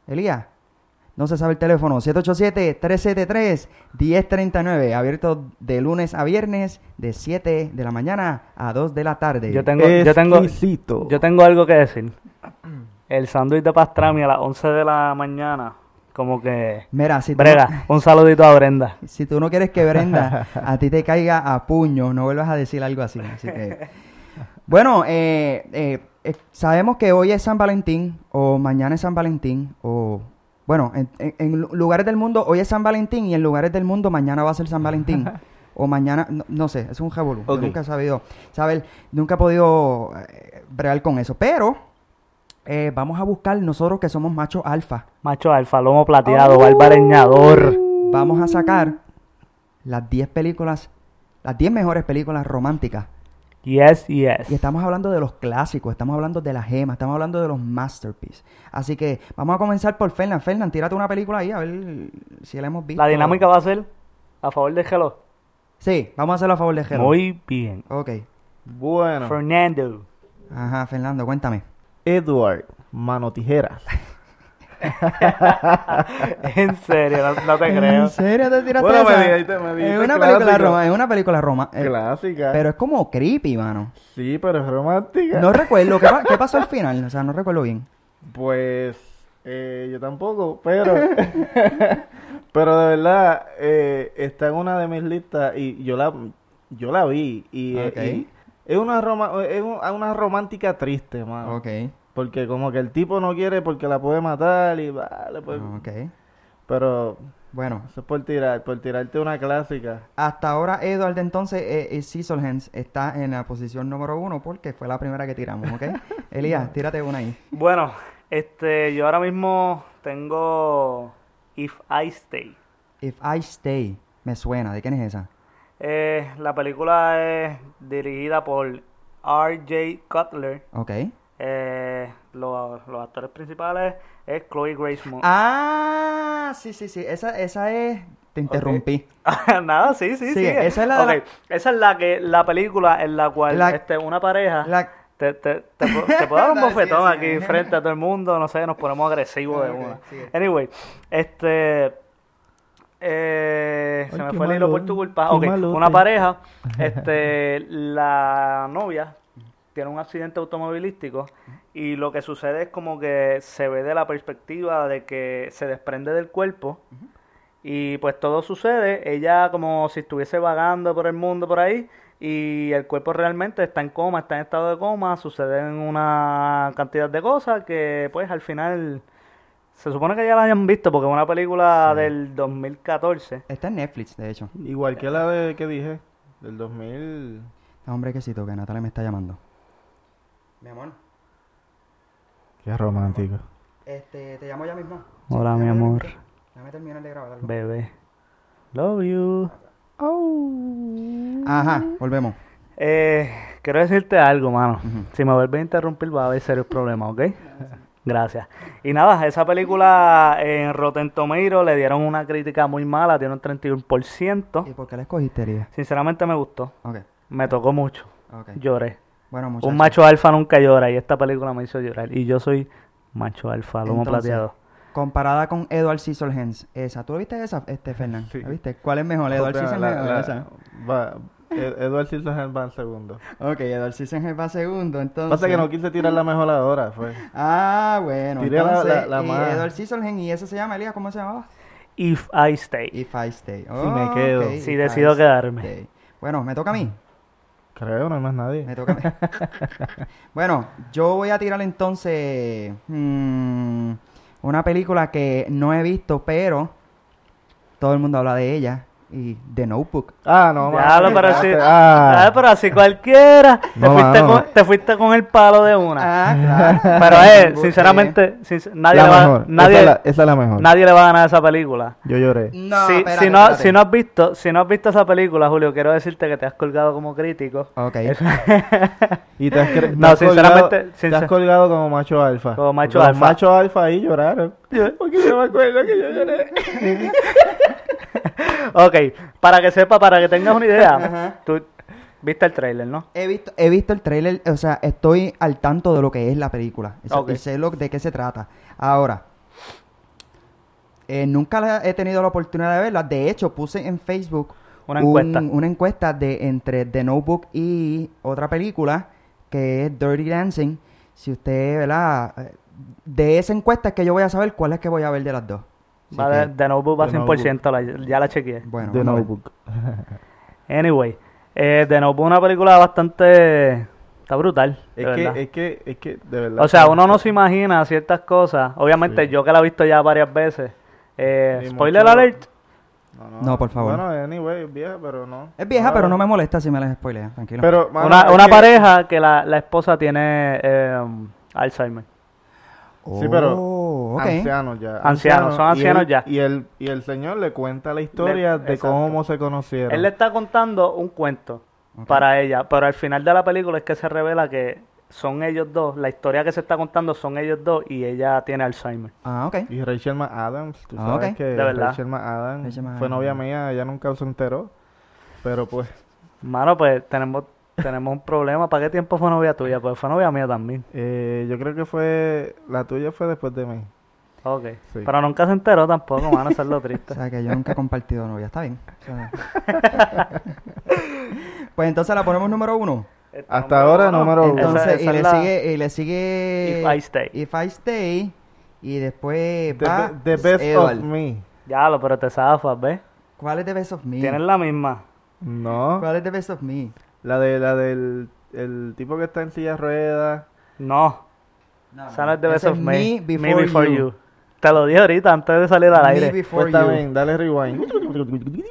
Speaker 1: Elías, no se sabe el teléfono. 787-373-1039. Abierto de lunes a viernes de 7 de la mañana a 2 de la tarde.
Speaker 2: Yo tengo, yo tengo,
Speaker 3: Exquisito.
Speaker 2: yo tengo algo que decir. El sándwich de pastrami a las 11 de la mañana, como que...
Speaker 1: Mira, si tú,
Speaker 2: Brega, un saludito a Brenda.
Speaker 1: Si tú no quieres que Brenda a ti te caiga a puño, no vuelvas a decir algo así. Así que, bueno, eh, eh, eh, sabemos que hoy es San Valentín, o mañana es San Valentín, o bueno, en, en- en lu- lugares del mundo hoy es San Valentín y en lugares del mundo mañana va a ser San Valentín. O mañana, no, no sé, es un jabolú.
Speaker 3: Ok.
Speaker 1: Nunca he sabido, saber, nunca he podido eh, bregar con eso. Pero eh, vamos a buscar nosotros que somos machos alfa.
Speaker 2: Macho alfa, lomo plateado, bárbaro leñador.
Speaker 1: vamos a sacar las 10 películas, las 10 mejores películas románticas.
Speaker 2: Yes, yes.
Speaker 1: Y estamos hablando de los clásicos, estamos hablando de las gemas, estamos hablando de los masterpieces. Así que vamos a comenzar por Fernan. Fernan, tírate una película ahí a ver si la hemos visto.
Speaker 2: La dinámica va a ser a favor de Hello.
Speaker 1: Sí, vamos a hacerlo a favor de Hello.
Speaker 2: Muy bien.
Speaker 1: Ok.
Speaker 3: Bueno.
Speaker 2: Fernando.
Speaker 1: Ajá, Fernando, cuéntame.
Speaker 3: Edward, mano tijeras.
Speaker 2: en serio, no, no te creo.
Speaker 1: ¿En serio te tiraste
Speaker 3: Bueno, me
Speaker 1: esa?
Speaker 3: dijiste- me dijiste
Speaker 1: es una
Speaker 3: clásico.
Speaker 1: película roma, es una película roma. eh,
Speaker 3: Clásica.
Speaker 1: pero es como creepy, mano.
Speaker 3: Sí, pero es romántica.
Speaker 1: No recuerdo ¿qué, pa- qué pasó al final, o sea, no recuerdo bien.
Speaker 3: Pues eh, yo tampoco, pero pero de verdad eh, está en una de mis listas y yo la yo la vi y, eh,
Speaker 1: Ok.
Speaker 3: y es una roma- es un- una romántica triste, mano,
Speaker 1: Ok.
Speaker 3: porque como que el tipo no quiere porque la puede matar y vale, pues,
Speaker 1: Ok.
Speaker 3: pero
Speaker 1: Bueno,
Speaker 3: eso es por tirar, por tirarte una clásica.
Speaker 1: Hasta ahora, Edward, entonces, eh, eh, Scissorhands está en la posición número uno porque fue la primera que tiramos, ¿ok? Elías, tírate una ahí.
Speaker 2: Bueno, este, yo ahora mismo tengo If I Stay.
Speaker 1: If I Stay, me suena, ¿de quién es esa?
Speaker 2: Eh, la película es dirigida por R.J. Cutler.
Speaker 1: ¿Ok?
Speaker 2: Eh, los, los actores principales es Chloe Grace Moretz.
Speaker 1: Ah, sí, sí, sí, esa, esa es... Te interrumpí.
Speaker 2: Nada, sí, sí, sí.
Speaker 1: Sigue, esa es la-
Speaker 2: Ok, esa es la que la película en la cual
Speaker 1: La-
Speaker 2: este, una pareja
Speaker 1: la-
Speaker 2: te, te, te pu- te puedo dar un
Speaker 1: No, sigue,
Speaker 2: bofetón aquí
Speaker 1: sigue.
Speaker 2: frente a todo el mundo, no sé, nos ponemos agresivos de
Speaker 1: Ok,
Speaker 2: una.
Speaker 1: sigue.
Speaker 2: Anyway, este eh,
Speaker 3: Ay,
Speaker 2: se me
Speaker 3: qué
Speaker 2: fue el hilo por
Speaker 3: malo,
Speaker 2: tu culpa.
Speaker 3: qué
Speaker 2: Ok,
Speaker 3: malote.
Speaker 2: una pareja, este, la novia tiene un accidente automovilístico y lo que sucede es como que se ve de la perspectiva de que se desprende del cuerpo y pues todo sucede, ella como si estuviese vagando por el mundo por ahí y el cuerpo realmente está en coma, está en estado de coma, suceden una cantidad de cosas que pues al final se supone que ya la hayan visto porque es una película del 2014.
Speaker 1: Está en Netflix, de hecho.
Speaker 3: Igual que la de que dije del 2000.
Speaker 1: Ah, Hombre, quesito, que Natalia me está llamando. Mi amor,
Speaker 3: Qué romántico.
Speaker 1: este, te llamo ya mismo.
Speaker 2: Hola, mi amor.
Speaker 1: Déjame terminar de grabar algo.
Speaker 2: Bebé. Love you.
Speaker 1: Ajá, volvemos.
Speaker 2: Eh, quiero decirte algo, mano. Si me vuelves a interrumpir va a haber serios problemas, ¿ok? Gracias. Y nada, esa película eh, en Rotten Tomatoes le dieron una crítica muy mala, tiene un
Speaker 1: ¿Y
Speaker 2: 31%.
Speaker 1: por qué la escogiste, Elías?
Speaker 2: Sinceramente me gustó,
Speaker 1: Ok,
Speaker 2: me tocó mucho,
Speaker 1: ok.
Speaker 2: lloré.
Speaker 1: Bueno, muchachos.
Speaker 2: Un macho alfa nunca llora y esta película me hizo llorar. Y yo soy macho alfa, lomo
Speaker 1: Entonces,
Speaker 2: plateado.
Speaker 1: Comparada con Edward Scissorhands, esa, ¿tú viste esa, este, Fernán?
Speaker 3: Sí.
Speaker 1: ¿La viste? ¿Cuál es mejor, Edward
Speaker 3: Otra,
Speaker 1: Scissorhands
Speaker 3: la-
Speaker 1: o
Speaker 3: la-
Speaker 1: esa?
Speaker 3: va- E-, Ed- Edward Scissorhands va en segundo.
Speaker 1: Ok, Edward Scissorhands va segundo, entonces...
Speaker 3: Pasa que no quise tirar la mejor ahora, fue.
Speaker 1: Ah, bueno,
Speaker 3: Tiré la-
Speaker 1: entonces,
Speaker 3: la- la
Speaker 1: y
Speaker 3: más.
Speaker 1: Edward Scissorhands, ¿y ese se llama, Elías? ¿Cómo se llamaba?
Speaker 2: If I Stay.
Speaker 1: If I Stay.
Speaker 3: me quedo.
Speaker 1: ok,
Speaker 2: Si
Speaker 1: If
Speaker 2: decido
Speaker 1: I
Speaker 2: quedarme.
Speaker 1: Stay. Bueno, me toca a mí.
Speaker 3: Creo, no hay más
Speaker 1: Me
Speaker 3: nadie.
Speaker 1: toca a mí. bueno, yo voy a tirar entonces mm, una película que no he visto, pero todo el mundo habla de ella. Y The Notebook.
Speaker 3: Ah, no,
Speaker 2: Ya
Speaker 3: mano,
Speaker 2: lo pero así,
Speaker 3: fíjate. Ah.
Speaker 2: ya, pero así cualquiera. Te,
Speaker 3: No,
Speaker 2: fuiste
Speaker 3: mano.
Speaker 2: con, te fuiste con el palo de una.
Speaker 1: Ah, claro.
Speaker 2: Pero eh,
Speaker 1: Notebook,
Speaker 2: sinceramente, sin- nadie,
Speaker 3: La
Speaker 2: le va,
Speaker 3: mejor.
Speaker 2: nadie,
Speaker 3: Esa es la- esa es la mejor.
Speaker 2: nadie le va a ganar esa película.
Speaker 3: Yo lloré.
Speaker 1: eh. No,
Speaker 2: si,
Speaker 1: espérate,
Speaker 2: si no,
Speaker 1: espérate.
Speaker 2: si no has visto, si no has visto esa película, Julio, quiero decirte que te has colgado como crítico.
Speaker 1: Ok.
Speaker 3: Y te has, cre- te
Speaker 2: No,
Speaker 3: has
Speaker 2: sinceramente,
Speaker 3: colgado, te
Speaker 2: sincer-
Speaker 3: has colgado como macho alfa.
Speaker 2: Como macho
Speaker 3: Los
Speaker 2: alfa.
Speaker 3: machos alfa ahí lloraron. Porque yo me acuerdo que yo lloré.
Speaker 2: ok, para que sepa, para que tengas una idea,
Speaker 1: Ajá.
Speaker 2: tú viste el tráiler, ¿no?
Speaker 1: He visto, he visto el trailer, o sea, estoy al tanto de lo que es la película. Y sé-
Speaker 2: Ok.
Speaker 1: Y sé lo, de qué se trata. Ahora, eh, nunca la- he tenido la oportunidad de verla. De hecho, puse en Facebook
Speaker 2: Una
Speaker 1: un-
Speaker 2: encuesta.
Speaker 1: una encuesta de entre The Notebook y otra película que es Dirty Dancing. Si usted, ¿verdad? Eh, De esa encuesta es que yo voy a saber cuál es que voy a ver de las dos. Así
Speaker 2: Va de,
Speaker 1: que,
Speaker 2: de Notebook va
Speaker 3: The
Speaker 2: 100%, la- ya la chequeé.
Speaker 1: bueno,
Speaker 3: The
Speaker 1: vamos a ver.
Speaker 3: Notebook.
Speaker 2: Anyway, eh, The Notebook es una película bastante... Está brutal, de
Speaker 3: Es
Speaker 2: verdad.
Speaker 3: que, es que, es que, de verdad.
Speaker 2: o sea, uno no se imagina ciertas cosas. Obviamente,
Speaker 3: Sí.
Speaker 2: yo que la he visto ya varias veces. eh,
Speaker 3: Y
Speaker 2: spoiler
Speaker 3: mucho-
Speaker 2: alert.
Speaker 1: No, por favor.
Speaker 3: Bueno, anyway, es vieja, pero no.
Speaker 1: Es vieja, pero no me molesta si me la spoilean, tranquilo.
Speaker 3: Ah. Pero, mano,
Speaker 2: una
Speaker 3: es
Speaker 2: una
Speaker 3: que-
Speaker 2: pareja que la, la esposa tiene em, Alzheimer.
Speaker 3: Sí, pero
Speaker 1: Oh, ok.
Speaker 3: Ancianos ya.
Speaker 2: Ancianos, son
Speaker 3: y él-
Speaker 2: ancianos ya.
Speaker 3: Y el, y el señor le cuenta la historia
Speaker 2: Le-
Speaker 3: de
Speaker 2: exacto.
Speaker 3: cómo se conocieron.
Speaker 2: Él le está contando un cuento
Speaker 1: Ok.
Speaker 2: para ella, pero al final de la película es que se revela que son ellos dos, la historia que se está contando son ellos dos y ella tiene Alzheimer.
Speaker 1: Ah, ok.
Speaker 3: Y Rachel McAdams, tú
Speaker 1: Ah,
Speaker 3: sabes
Speaker 1: ok.
Speaker 3: que
Speaker 2: De verdad.
Speaker 3: Rachel McAdams
Speaker 1: Rachel
Speaker 3: fue
Speaker 1: McAdams.
Speaker 3: novia mía, ella nunca se enteró. Pero pues,
Speaker 2: Mano, pues tenemos tenemos un problema. ¿Para qué tiempo fue novia tuya? Pues fue novia mía también.
Speaker 3: eh, yo creo que fue, la tuya fue después de mí.
Speaker 2: Ok.
Speaker 3: Sí.
Speaker 2: Pero nunca se enteró tampoco, mano, eso es lo triste.
Speaker 1: O sea, que yo nunca he compartido novia. Está bien. O sea- pues entonces la ponemos número uno.
Speaker 3: Hasta ahora, número uno.
Speaker 1: Entonces,
Speaker 2: Esa- esa
Speaker 1: y, le
Speaker 2: es la-
Speaker 1: sigue, y le sigue...
Speaker 2: If I Stay.
Speaker 1: If I Stay. Y después
Speaker 3: The,
Speaker 1: va...
Speaker 3: be- the best
Speaker 1: Ah, pues, Edward.
Speaker 3: of me.
Speaker 2: Ya lo, pero te zafas, ¿ves?
Speaker 1: ¿Cuál es The Best of Me?
Speaker 2: Tienes la misma.
Speaker 3: No,
Speaker 1: ¿Cuál es The Best of Me?
Speaker 3: la de la del el tipo que está en silla de ruedas.
Speaker 2: No.
Speaker 1: No,
Speaker 2: Esa no es The Best
Speaker 1: Ese Ah, es
Speaker 2: of
Speaker 1: Me
Speaker 2: Me.
Speaker 1: Before,
Speaker 2: me before you. Te lo dije ahorita antes de salir al
Speaker 1: Me
Speaker 2: aire.
Speaker 1: Before
Speaker 3: Pues está
Speaker 1: You.
Speaker 3: bien, dale rewind.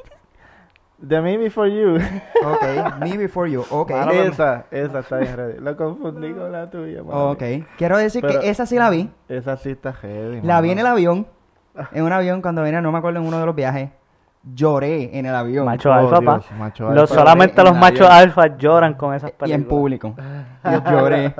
Speaker 3: The Me Before You.
Speaker 1: Ok. Me Before You. Ok.
Speaker 2: Claro, pero-
Speaker 3: esa, esa está bien ready. Lo confundí con la tuya, mami.
Speaker 1: Ok. Quiero decir
Speaker 3: Pero-
Speaker 1: que esa sí la vi.
Speaker 3: Esa sí está heavy.
Speaker 1: La vi en
Speaker 3: mano.
Speaker 1: el avión. En un avión, cuando vine, no me acuerdo en uno de los viajes. Lloré en el avión.
Speaker 2: Macho
Speaker 3: Oh,
Speaker 2: alfa,
Speaker 3: Dios,
Speaker 2: pa.
Speaker 3: macho
Speaker 2: Lo-
Speaker 3: alfa.
Speaker 2: solamente
Speaker 1: En
Speaker 2: los
Speaker 1: la
Speaker 2: machos
Speaker 1: vida.
Speaker 2: alfa lloran con esas
Speaker 1: y en
Speaker 2: películas.
Speaker 1: público. Y lloré.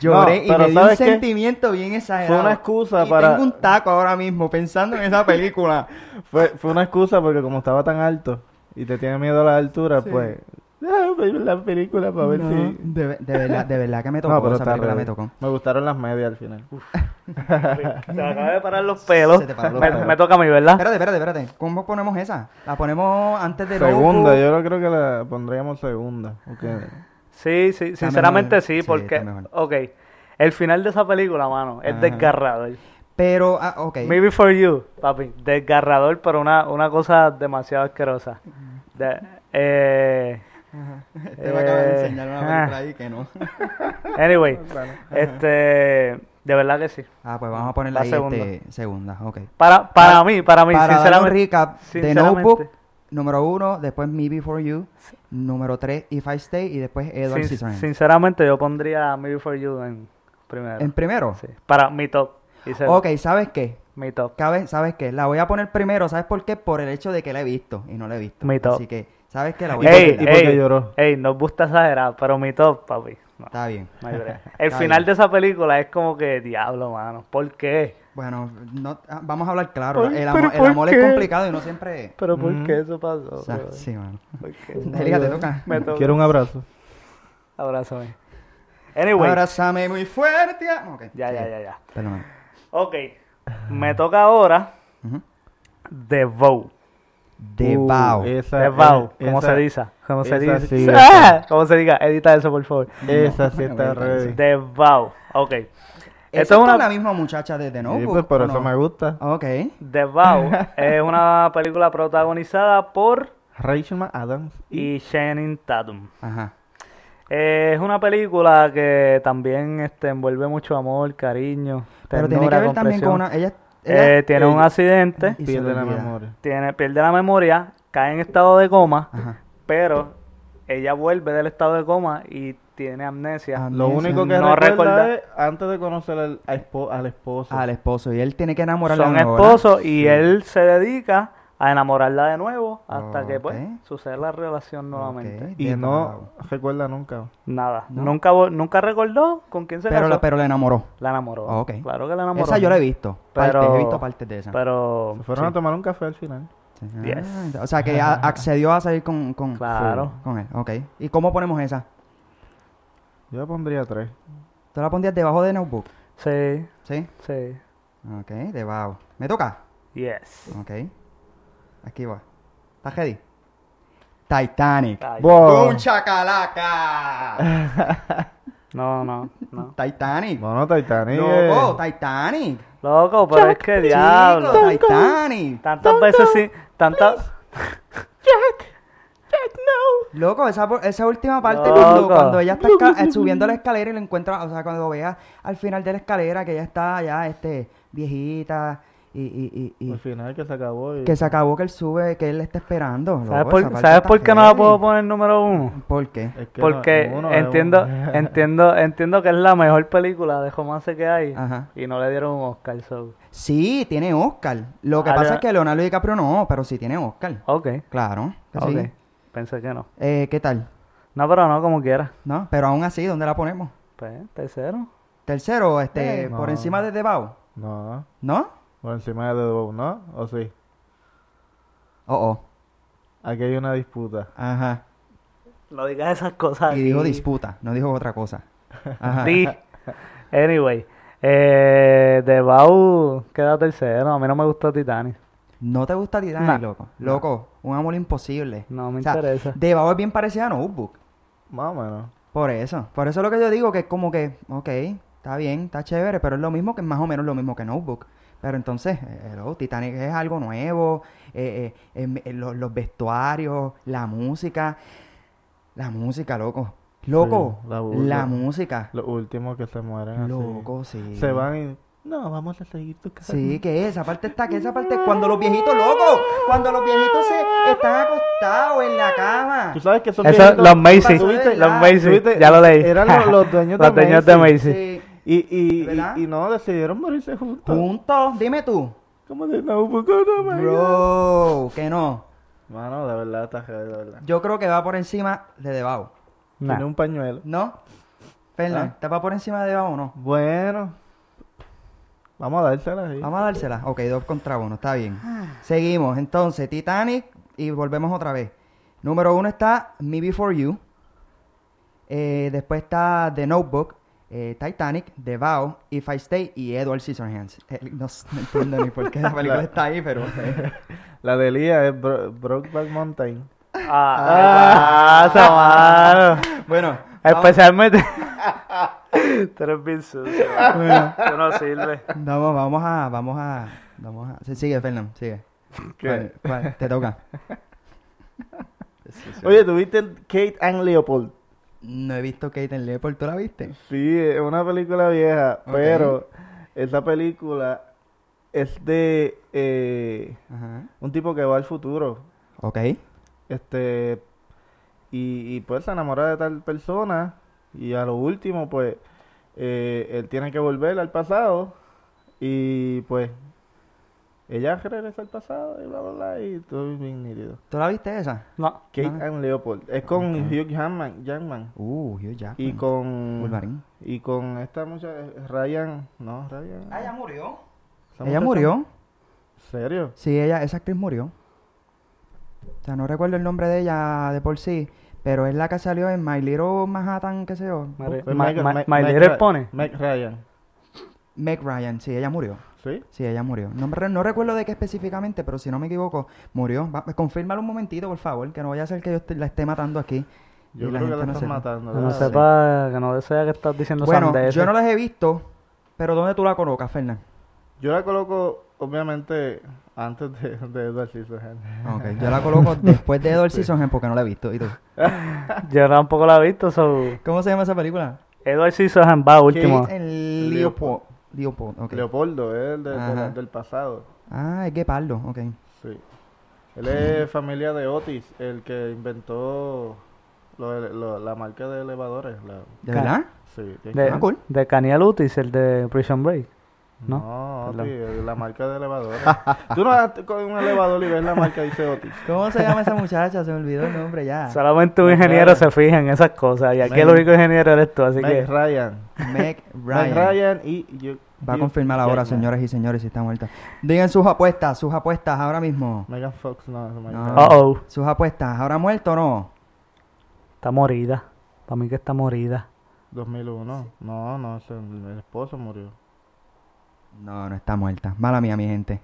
Speaker 1: Lloré
Speaker 3: pero
Speaker 1: y me dio un
Speaker 3: ¿sabes qué?
Speaker 1: sentimiento bien exagerado.
Speaker 3: Fue una excusa
Speaker 1: Y
Speaker 3: para-
Speaker 1: Tengo un taco ahora mismo pensando en esa película.
Speaker 3: Fue, fue una excusa porque como estaba tan alto y te tiene miedo a la altura, pues... Ah, voy a ver la película para ver
Speaker 1: No,
Speaker 3: si...
Speaker 1: de, ve- de verdad, de verdad que me tocó. esa
Speaker 3: está
Speaker 1: película
Speaker 3: ready.
Speaker 1: me tocó.
Speaker 3: Me gustaron las medias al final.
Speaker 2: Se me acaba de parar los pelos.
Speaker 1: Se te pararon
Speaker 2: me,
Speaker 1: los pelos.
Speaker 2: me toca a mí, ¿verdad?
Speaker 1: Espérate, espérate, espérate. ¿Cómo ponemos esa? ¿La ponemos antes de
Speaker 3: segunda,
Speaker 1: Notebook?
Speaker 3: yo creo que la pondríamos segunda. porque
Speaker 2: Sí, sí,
Speaker 1: Está
Speaker 2: sinceramente
Speaker 1: mejor.
Speaker 2: sí,
Speaker 1: Sí,
Speaker 2: porque...
Speaker 1: está mejor.
Speaker 2: Ok. El final de esa película, mano, es
Speaker 1: Ajá.
Speaker 2: desgarrador.
Speaker 1: Pero, ah, ok.
Speaker 2: Me Before You, papi. Desgarrador, pero una, una cosa demasiado asquerosa. De- eh,
Speaker 1: Te voy a acabar Este de
Speaker 2: eh,
Speaker 1: enseñar una
Speaker 2: ah.
Speaker 1: película ahí que no.
Speaker 2: anyway, este, de verdad que sí.
Speaker 1: Ah, pues vamos a ponerla
Speaker 2: La
Speaker 1: ahí
Speaker 2: segunda.
Speaker 1: este, segunda, ok.
Speaker 2: Para, para mí, para mí,
Speaker 1: Para dar un
Speaker 2: sinceramente.
Speaker 1: recap de
Speaker 2: sinceramente.
Speaker 1: Notebook, número uno, después Me Before You, número tres, If I Stay, y después Edward
Speaker 2: Sin-
Speaker 1: Scissorhands.
Speaker 2: sinceramente, yo pondría Me Before You en primero.
Speaker 1: ¿En primero?
Speaker 2: Sí, Para mi top. Y ser
Speaker 1: Ok, ¿sabes qué?
Speaker 2: Mi top.
Speaker 1: Cabe- ¿Sabes qué? La voy a poner primero, ¿sabes por qué? Por el hecho de que la he visto y no la he visto.
Speaker 2: Mi top.
Speaker 1: Así que, ¿sabes qué? La voy a
Speaker 2: Ey,
Speaker 3: por qué- y por qué
Speaker 2: ey,
Speaker 3: lloró?
Speaker 2: ey, nos gusta exagerar, pero mi top, papi. no,
Speaker 1: Está bien.
Speaker 2: no hay break. El
Speaker 1: Está
Speaker 2: final
Speaker 1: bien.
Speaker 2: de esa película es como que, diablo, mano, ¿por qué?
Speaker 1: Bueno, no, ah, vamos a hablar claro.
Speaker 2: Ay,
Speaker 1: El,
Speaker 2: pero
Speaker 1: amo- el
Speaker 2: ¿por
Speaker 1: amor
Speaker 2: qué?
Speaker 1: es complicado y no siempre...
Speaker 2: ¿Pero por
Speaker 3: Ujú.
Speaker 2: qué eso pasó?
Speaker 1: Mm. o sea,
Speaker 2: bro?
Speaker 1: sí, mano.
Speaker 2: ¿Por qué?
Speaker 1: Delia, te toca.
Speaker 2: Me toca.
Speaker 3: Quiero un abrazo.
Speaker 2: Abrázame. Anyway,
Speaker 1: Abrázame muy fuerte. Ok,
Speaker 2: ya,
Speaker 1: sí.
Speaker 2: ya, ya, ya.
Speaker 1: Perdón.
Speaker 2: Ok, me toca ahora
Speaker 1: Ujú.
Speaker 2: The Vow.
Speaker 1: De
Speaker 3: Uh,
Speaker 1: Bao.
Speaker 3: esa-
Speaker 2: The Vow,
Speaker 3: eh,
Speaker 2: como
Speaker 3: esa-
Speaker 2: se dice. Como se
Speaker 3: esa
Speaker 2: dice.
Speaker 3: sí,
Speaker 2: ¡Ah! ¿Cómo se diga? Edita eso, por favor.
Speaker 3: Esa sí
Speaker 1: No,
Speaker 3: está
Speaker 1: no, no, no,
Speaker 3: ready.
Speaker 2: The Vow. Ok.
Speaker 1: Esa
Speaker 2: Esto es
Speaker 1: es
Speaker 2: una
Speaker 1: la misma muchacha de The
Speaker 3: Sí,
Speaker 1: Notebook.
Speaker 3: pues, por
Speaker 1: ¿o
Speaker 3: eso
Speaker 1: no? Ah.
Speaker 3: me gusta.
Speaker 1: Ok.
Speaker 2: The Vow es una película protagonizada por
Speaker 3: Rachel McAdams.
Speaker 2: y Shannon Tatum.
Speaker 1: Ajá.
Speaker 2: Eh, es una película que también este, envuelve mucho amor, cariño,
Speaker 1: Pero tiene que
Speaker 2: ternura,
Speaker 1: ver también con
Speaker 2: compresión.
Speaker 1: una... Ella, ella-
Speaker 2: Eh, tiene un
Speaker 3: ella-
Speaker 2: accidente,
Speaker 1: y se
Speaker 3: Pierde
Speaker 1: le
Speaker 3: la
Speaker 1: olvida.
Speaker 3: memoria.
Speaker 2: tiene, pierde la memoria, cae en estado de coma,
Speaker 1: Ajá.
Speaker 2: pero ella vuelve del estado de coma y tiene amnesia.
Speaker 1: Am-
Speaker 3: Lo
Speaker 1: Amnesia,
Speaker 3: único que
Speaker 2: no
Speaker 3: recuerda
Speaker 2: recuerda.
Speaker 3: es antes de conocer al, a espo- al esposo.
Speaker 1: Al esposo. Y él tiene que enamorarla
Speaker 2: Son
Speaker 1: de nuevo, ¿verdad?
Speaker 2: esposos y él se dedica a enamorarla de nuevo hasta que pues
Speaker 1: Ok.
Speaker 2: sucede la relación nuevamente.
Speaker 1: Ok.
Speaker 3: y
Speaker 1: Bien,
Speaker 3: no recuerda nunca.
Speaker 2: Nada,
Speaker 1: ¿No?
Speaker 2: nunca vol- nunca recordó con quién se
Speaker 1: Pero,
Speaker 2: casó.
Speaker 1: la, pero la enamoró.
Speaker 2: La enamoró.
Speaker 1: Ah, ok.
Speaker 2: Claro que la enamoró.
Speaker 1: Esa yo la he visto.
Speaker 2: Pero-
Speaker 1: Partes, he visto partes de esa.
Speaker 2: Pero
Speaker 3: Se fueron a tomar un café al final.
Speaker 1: Sí. Ah,
Speaker 2: Yes.
Speaker 1: O sea, que a- accedió a salir con, con,
Speaker 2: Claro.
Speaker 1: con él. Ok. ¿Y cómo ponemos esa?
Speaker 3: Yo le pondría tres.
Speaker 1: ¿Tú la pondrías debajo de Notebook?
Speaker 2: sí,
Speaker 1: ¿Sí?
Speaker 2: sí.
Speaker 1: Ok, debajo. ¿Me toca?
Speaker 2: Yes.
Speaker 1: Ok. Aquí va. ¿Estás ready? Titanic.
Speaker 2: Ay,
Speaker 3: Wow.
Speaker 1: ¡Un chacalaca!
Speaker 2: no, no, no.
Speaker 1: Titanic.
Speaker 3: Bueno, Titanic.
Speaker 1: Loco,
Speaker 3: eh.
Speaker 1: Titanic.
Speaker 2: Loco, pero es que diablo.
Speaker 1: Chico, Titanic.
Speaker 2: Tantas veces sí, tantas
Speaker 1: Loco, esa, por- esa última parte
Speaker 2: Loco.
Speaker 1: cuando, cuando ella está esca- eh, subiendo la escalera y lo encuentra, o sea, cuando vea al final de la escalera que ella está ya este, viejita y, y- y- y
Speaker 3: Al final que se acabó. y-
Speaker 1: que se acabó que él sube, que él la está esperando. loco,
Speaker 2: ¿Sabes
Speaker 1: esa
Speaker 2: por,
Speaker 1: parte
Speaker 2: ¿sabes
Speaker 1: está
Speaker 2: por qué no la
Speaker 1: heavy.
Speaker 2: puedo poner número uno?
Speaker 1: ¿Por qué?
Speaker 3: Es que no-
Speaker 2: Porque
Speaker 3: ninguno es
Speaker 2: entiendo,
Speaker 3: un-
Speaker 2: entiendo, entiendo que es la mejor película de romance que hay
Speaker 1: Ajá.
Speaker 2: y no le dieron un Oscar. So.
Speaker 1: Sí, tiene Oscar. Lo que
Speaker 2: Ah,
Speaker 1: pasa
Speaker 2: ya.
Speaker 1: es que Leonardo DiCaprio no, pero sí tiene Oscar.
Speaker 2: Ok,
Speaker 1: Claro. que
Speaker 2: Ah, ok.
Speaker 1: sí.
Speaker 2: Pensé que no.
Speaker 1: Eh, ¿Qué tal?
Speaker 2: No, pero no, como quiera.
Speaker 1: ¿No? Pero aún así, ¿dónde la ponemos?
Speaker 2: Pues, tercero.
Speaker 1: Tercero, este,
Speaker 3: Eh,
Speaker 1: por
Speaker 3: no.
Speaker 1: encima de Debao.
Speaker 3: No.
Speaker 1: ¿No?
Speaker 3: Por encima de The Bow, ¿no? ¿O sí?
Speaker 1: Oh, oh.
Speaker 3: Aquí hay una disputa.
Speaker 1: Ajá.
Speaker 2: No digas esas cosas.
Speaker 1: Y dijo
Speaker 2: aquí.
Speaker 1: disputa, no dijo otra cosa. Ajá.
Speaker 2: Sí. Anyway, eh, The Bow queda tercero. A mí no me gustó Titanic.
Speaker 1: ¿No te gusta Titanic,
Speaker 2: Nah.
Speaker 1: loco? Loco, un amor imposible.
Speaker 2: No me
Speaker 1: O sea,
Speaker 2: interesa.
Speaker 1: De Bao es bien parecida a Notebook.
Speaker 3: Más o menos.
Speaker 1: Por eso. Por eso lo que yo digo que es como que, ok, está bien, está chévere, pero es lo mismo que más o menos lo mismo que Notebook. Pero entonces, eh, hello, Titanic es algo nuevo, eh, eh, em, eh, lo- los, vestuarios, la música. La música, loco. Loco,
Speaker 3: Sí, la
Speaker 1: la,
Speaker 3: burla.
Speaker 1: música.
Speaker 3: Los últimos que se mueren. así.
Speaker 1: Loco, sí.
Speaker 3: Se van y. No, vamos a seguir tu casa.
Speaker 1: Sí, que esa parte está, que esa parte es cuando los viejitos, loco, cuando los viejitos se están acostados en la cama.
Speaker 3: Tú sabes que son
Speaker 2: Eso,
Speaker 3: viejitos-
Speaker 2: los
Speaker 1: ¿Tú
Speaker 2: Macy.
Speaker 1: viste?
Speaker 2: Los
Speaker 1: Ah,
Speaker 3: ¿tú
Speaker 2: Macy.
Speaker 3: viste?
Speaker 2: Ya lo leí.
Speaker 3: Eran los, los dueños de
Speaker 2: Los dueños de Macy.
Speaker 1: Sí.
Speaker 3: Y, y,
Speaker 1: ¿Verdad?
Speaker 3: y, y no, decidieron morirse juntos.
Speaker 1: Juntos, dime tú.
Speaker 3: ¿Cómo de no, poco no, my God.
Speaker 1: Bro, que no.
Speaker 3: Mano, de verdad, está heavy, de verdad.
Speaker 1: Yo creo que va por encima de Debao.
Speaker 2: Nah.
Speaker 3: Tiene un pañuelo.
Speaker 1: ¿No? Fernán,
Speaker 3: Ah.
Speaker 1: ¿te va por encima de Debao o no?
Speaker 3: Bueno. Vamos a dársela ahí.
Speaker 1: Vamos a dársela. Ok, dos contra uno, está bien. Seguimos, entonces, Titanic y volvemos otra vez. Número uno está Me Before You. Eh, después está The Notebook, eh, Titanic, The Vow, If I Stay y Edward Scissorhands. Eh, no, s- no entiendo ni por qué la película está ahí, pero... eh,
Speaker 3: La de Lía es Bro- Brokeback Mountain.
Speaker 2: Ah, ¿qué pasa, mano?
Speaker 1: bueno, vamos,
Speaker 2: Especialmente. Tú eres bien sucio. mano. Tú no sirves.
Speaker 1: vamos, vamos a... Vamos a, vamos a sí, sigue, Fernán, sigue.
Speaker 3: ¿Qué?
Speaker 1: Vale, vale, te toca.
Speaker 3: Oye, ¿tuviste Kate and Leopold?
Speaker 1: No he visto Kate en Leopold, ¿tú la viste?
Speaker 3: Sí, es una película vieja,
Speaker 1: Ok.
Speaker 3: pero esa película es de eh,
Speaker 1: Ajá.
Speaker 3: un tipo que va al futuro.
Speaker 1: Ok.
Speaker 3: Este, y, y, pues se enamora de tal persona y a lo último pues eh, él tiene que volver al pasado y pues ella regresa al pasado y bla bla bla y todo es bien nítido.
Speaker 1: ¿Tú la viste esa?
Speaker 2: No.
Speaker 3: Kate
Speaker 1: Ah.
Speaker 3: and Leopold es con Hugh Jackman, Jackman
Speaker 1: Uh, Hugh Jackman.
Speaker 3: y con
Speaker 1: Wolverine.
Speaker 3: y con esta muchacha Ryan, no Ryan.
Speaker 1: Ah, ella murió.
Speaker 3: esa
Speaker 1: Ella
Speaker 3: muchacha-
Speaker 1: murió.
Speaker 3: ¿Serio?
Speaker 1: Sí, ella, esa actriz murió. O sea, no recuerdo el nombre de ella de por sí, pero es la que salió en My Little Manhattan, qué sé yo.
Speaker 2: Mare-
Speaker 3: Fue
Speaker 2: Ma-
Speaker 3: Meg-
Speaker 2: Ma-
Speaker 3: Meg-
Speaker 2: My
Speaker 3: Meg
Speaker 2: Little
Speaker 3: Ry-
Speaker 2: Pony.
Speaker 3: Meg Ryan,
Speaker 1: Meg Ryan, sí, ella murió.
Speaker 3: ¿sí?
Speaker 1: Sí, ella murió. No, me re- no recuerdo de qué específicamente, pero si no me equivoco, murió. Va, confírmalo un momentito, por favor, que no vaya a ser que yo est- la esté matando aquí.
Speaker 3: Yo
Speaker 1: y
Speaker 3: creo que
Speaker 1: gente
Speaker 3: la estás
Speaker 1: sepa.
Speaker 3: matando.
Speaker 2: Que no
Speaker 3: ¿verdad?
Speaker 2: sepa, que no desea que estás diciendo
Speaker 1: Bueno,
Speaker 2: sandeces.
Speaker 1: yo no las he visto, pero ¿dónde tú la colocas, Fernán?
Speaker 3: Yo la coloco, obviamente, antes de, de Edward Scissorhands.
Speaker 1: Ok, yo la coloco después de Edward Scissorhands porque no la he visto. ¿Y tú?
Speaker 2: Yo tampoco la he visto, so...
Speaker 1: ¿Cómo se llama esa película?
Speaker 2: Edward Scissorhands va último.
Speaker 1: Kate en Leopold. Leopold, ok.
Speaker 3: Leopoldo, es el de- de la-
Speaker 1: Ajá.
Speaker 3: del pasado.
Speaker 1: Ah, es Gepardo, ok.
Speaker 3: Sí. Él es familia de Otis, el que inventó lo de- lo- la marca de elevadores. la-
Speaker 1: ¿De
Speaker 2: Ca-
Speaker 1: verdad?
Speaker 3: sí, tiene-
Speaker 2: De,
Speaker 1: Ah, cool.
Speaker 2: de Caniel Utis, el de Prison Break.
Speaker 3: no,
Speaker 2: no,
Speaker 3: Otis,
Speaker 2: perdón.
Speaker 3: es la marca de elevadores. Tú no vas con un elevador y ves la marca, dice Otis.
Speaker 1: ¿Cómo se llama esa muchacha? Se me olvidó el nombre ya.
Speaker 2: Solamente un
Speaker 1: Ah,
Speaker 2: ingeniero se fija en esas cosas. Y aquí el
Speaker 3: Meg-
Speaker 2: único ingeniero eres tú, así
Speaker 3: Meg
Speaker 2: que.
Speaker 3: Ryan.
Speaker 1: Meg
Speaker 3: Meg
Speaker 1: Ryan.
Speaker 3: Ryan y... yo-
Speaker 1: Va a
Speaker 3: y-
Speaker 1: confirmar ahora,
Speaker 3: Jackman.
Speaker 1: señores y señores, si está muerta. Digan sus apuestas, sus apuestas ahora mismo.
Speaker 3: Megan Fox, no, es Meg
Speaker 1: No.
Speaker 3: Ryan.
Speaker 2: Oh, oh,
Speaker 1: Sus apuestas, ¿habrá muerto o no?
Speaker 2: está morida. Para mí que está morida.
Speaker 3: 2001. No, no, ese- el esposo murió.
Speaker 1: No, no está muerta. Mala mía, mi gente.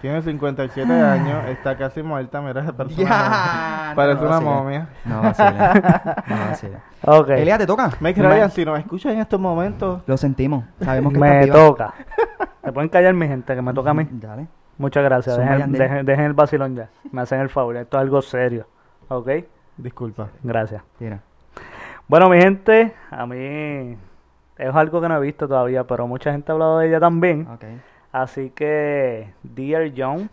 Speaker 3: Tiene 57
Speaker 2: Ah.
Speaker 3: años, está casi muerta, mira, parece una
Speaker 1: Ya,
Speaker 3: momia.
Speaker 1: no,
Speaker 3: Parece
Speaker 1: Ah, no
Speaker 3: una
Speaker 1: vacile.
Speaker 3: momia.
Speaker 1: No vacila. No vacila.
Speaker 2: Ok.
Speaker 1: Elia, te toca.
Speaker 3: Meg
Speaker 2: Me-
Speaker 3: Ryan, si nos escuchas en estos momentos,
Speaker 1: Lo sentimos. Sabemos que
Speaker 2: Me
Speaker 1: está viva.
Speaker 2: toca. Me pueden callar mi gente, que me toca a mí.
Speaker 1: Dale.
Speaker 2: Muchas gracias.
Speaker 1: Son
Speaker 2: Dejen,
Speaker 1: Bayandel.
Speaker 2: dejen- dejen el vacilón ya. Me hacen el favor. Esto es algo serio. ¿Ok?
Speaker 3: disculpa.
Speaker 2: Gracias.
Speaker 1: Tira.
Speaker 2: Bueno, mi gente, a mí es algo que no he visto todavía, pero mucha gente ha hablado de ella también.
Speaker 1: Ok.
Speaker 2: Así que, Dear John.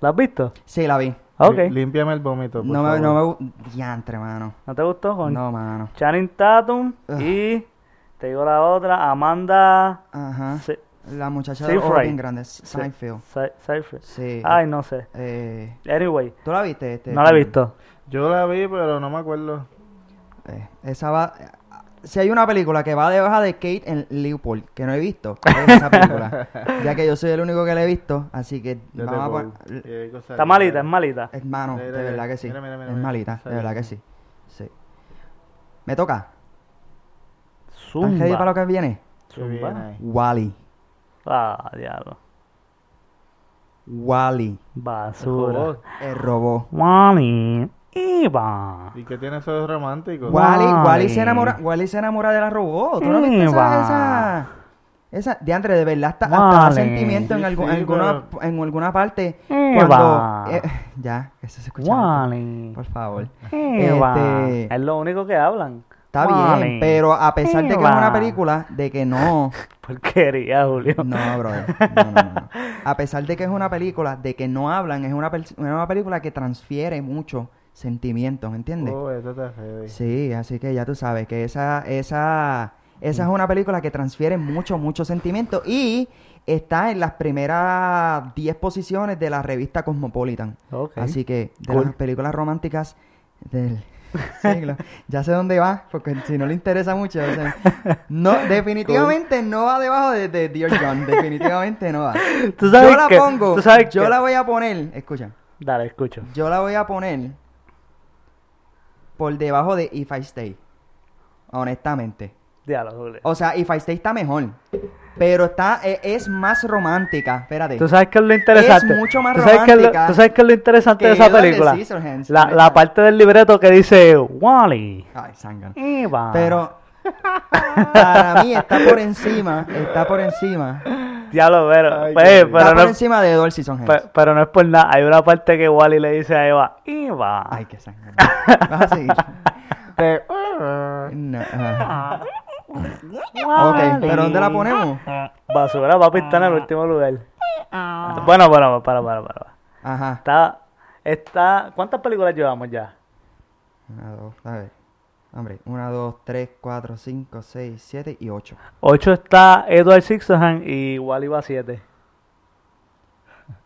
Speaker 2: ¿La has visto?
Speaker 1: Sí, la vi.
Speaker 2: Ok.
Speaker 3: Lí- límpiame el vómito, por
Speaker 1: No me,
Speaker 3: favor.
Speaker 1: no me... gu- Diantre, mano.
Speaker 2: ¿No te gustó, Juan?
Speaker 1: No, Ah. mano.
Speaker 2: Channing Tatum y, te digo la otra, Amanda
Speaker 1: Ajá.
Speaker 2: Se-
Speaker 1: La muchacha de
Speaker 2: Seyfried.
Speaker 1: los ojos bien grande.
Speaker 2: Se-
Speaker 1: Seinfeld.
Speaker 2: Se- Seyfried.
Speaker 1: Sí.
Speaker 2: Ay, no sé.
Speaker 1: Eh,
Speaker 2: Anyway,
Speaker 1: ¿Tú la viste? Este,
Speaker 2: no la he visto.
Speaker 3: Yo la vi, pero no me acuerdo.
Speaker 1: Eh, esa va. eh, Si hay una película que va debajo de Kate en Leopold, que no he visto, es esa película. ya que yo soy el único que la he visto, así que
Speaker 3: Yo
Speaker 1: vamos a
Speaker 3: te
Speaker 1: pon-
Speaker 3: puedo- eh, cosa
Speaker 2: Está
Speaker 3: que-
Speaker 2: malita, es malita.
Speaker 1: Hermano,
Speaker 3: Mira,
Speaker 1: de
Speaker 3: mira,
Speaker 1: verdad que sí.
Speaker 3: mira, mira, mira,
Speaker 1: es
Speaker 3: mira.
Speaker 1: malita, de
Speaker 3: Sale.
Speaker 1: verdad que sí. Sí. Me toca. ¿Estás ready para lo
Speaker 2: Zumba.
Speaker 1: que viene?
Speaker 3: Qué bien
Speaker 2: Zumba.
Speaker 3: ahí.
Speaker 1: Wally.
Speaker 2: Ah, diablo.
Speaker 1: Wally.
Speaker 2: Basura.
Speaker 3: Robot.
Speaker 1: El robot.
Speaker 2: Money. Iba.
Speaker 3: ¿Y qué tiene eso de romántico?
Speaker 2: Gua-
Speaker 1: Wally,
Speaker 2: Wally.
Speaker 1: Wally se enamora, Wally se enamora de la robot. ¿Tú no viste
Speaker 2: Eva.
Speaker 1: esa, esa, esa- de Andre, de verdad, hasta, hasta da
Speaker 2: Wally.
Speaker 1: sentimiento en,
Speaker 3: Sí,
Speaker 1: algu-
Speaker 3: sí,
Speaker 1: en alguna,
Speaker 3: pero-
Speaker 1: en alguna parte
Speaker 2: Eva.
Speaker 1: cuando eh, ya, eso se escucha. alto.
Speaker 2: Wally.
Speaker 1: Por favor.
Speaker 2: Eva.
Speaker 1: Este-
Speaker 2: Pues, Es lo único que hablan.
Speaker 1: Está
Speaker 2: Wally. Mm,
Speaker 1: bien, pero a pesar de que es una
Speaker 2: Eva.
Speaker 1: película de que no,
Speaker 2: Porquería, Julio.
Speaker 1: no, brother, no, no, no, no. A pesar de que es una película de que no hablan, es una, pel- una película que transfiere mucho sentimientos, ¿me entiendes?
Speaker 3: Oh, eso está heavy.
Speaker 1: Sí, así que ya tú sabes que esa, esa, esa es
Speaker 2: Mm.
Speaker 1: una película que transfiere mucho, mucho sentimiento y está en las primeras 10 posiciones de la revista Cosmopolitan.
Speaker 2: Ok.
Speaker 1: Así que de
Speaker 2: Cool.
Speaker 1: las películas románticas del siglo. ya sé dónde va, porque si no le interesa mucho. o sea, no, definitivamente no va debajo de, de Dear John, definitivamente no va.
Speaker 2: Tú sabes
Speaker 1: yo la
Speaker 2: que-
Speaker 1: pongo,
Speaker 2: tú sabes
Speaker 1: yo
Speaker 2: que-
Speaker 1: la voy a poner, escucha.
Speaker 2: Dale, escucho.
Speaker 1: Yo la voy a poner por debajo de If I Stay. Honestamente.
Speaker 2: Diablo, Julio.
Speaker 1: O sea, If I Stay está mejor. Pero está, e- es, más romántica. Espérate.
Speaker 2: Tú sabes que es lo interesante.
Speaker 1: Es mucho más
Speaker 2: ¿Tú sabes qué es lo-
Speaker 1: romántica
Speaker 2: tú sabes que es lo interesante de
Speaker 1: que
Speaker 2: esa
Speaker 1: Edward
Speaker 2: película.
Speaker 1: Scissorhands,
Speaker 2: La,
Speaker 1: honesta.
Speaker 2: la parte del libreto que dice Wally.
Speaker 1: Ay, zángano.
Speaker 2: Eva.
Speaker 1: Pero para mí está por encima. Está por encima.
Speaker 2: Diablo, pero.
Speaker 3: Ay,
Speaker 2: pues,
Speaker 3: qué
Speaker 2: pero,
Speaker 3: bien.
Speaker 1: está por
Speaker 2: no,
Speaker 1: encima de Edward Scissorhands.
Speaker 2: pe- pero no es por nada. Hay una parte que Wally le dice a Eva: Eva.
Speaker 1: Ay, qué zángano. Vas a seguir.
Speaker 3: Te-
Speaker 1: No, ajá.
Speaker 2: Wally.
Speaker 1: Ok, pero ¿dónde la ponemos?
Speaker 2: Ah, Basura, papi está en el último lugar. Bueno, bueno, para, para, para. para.
Speaker 1: Ajá.
Speaker 2: Está, está, ¿cuántas películas llevamos ya?
Speaker 1: Una, dos, a ver. Hombre, una, dos, tres, cuatro, cinco, seis, siete y ocho.
Speaker 2: Ocho está Edward Scissorhands y Wally va siete.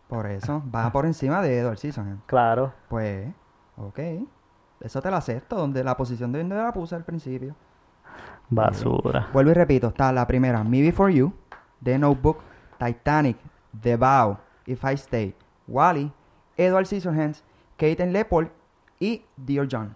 Speaker 1: Por eso, va por encima de Edward Scissorhands.
Speaker 2: Claro.
Speaker 1: Pues, ok. Eso te lo acepto, donde la posición de donde la puse al principio.
Speaker 2: Basura.
Speaker 1: Vuelvo y repito, está la primera, Me Before You, The Notebook, Titanic, The Vow, If I Stay, Wally, Edward Scissorhands, Kate and Leopold y Dear John.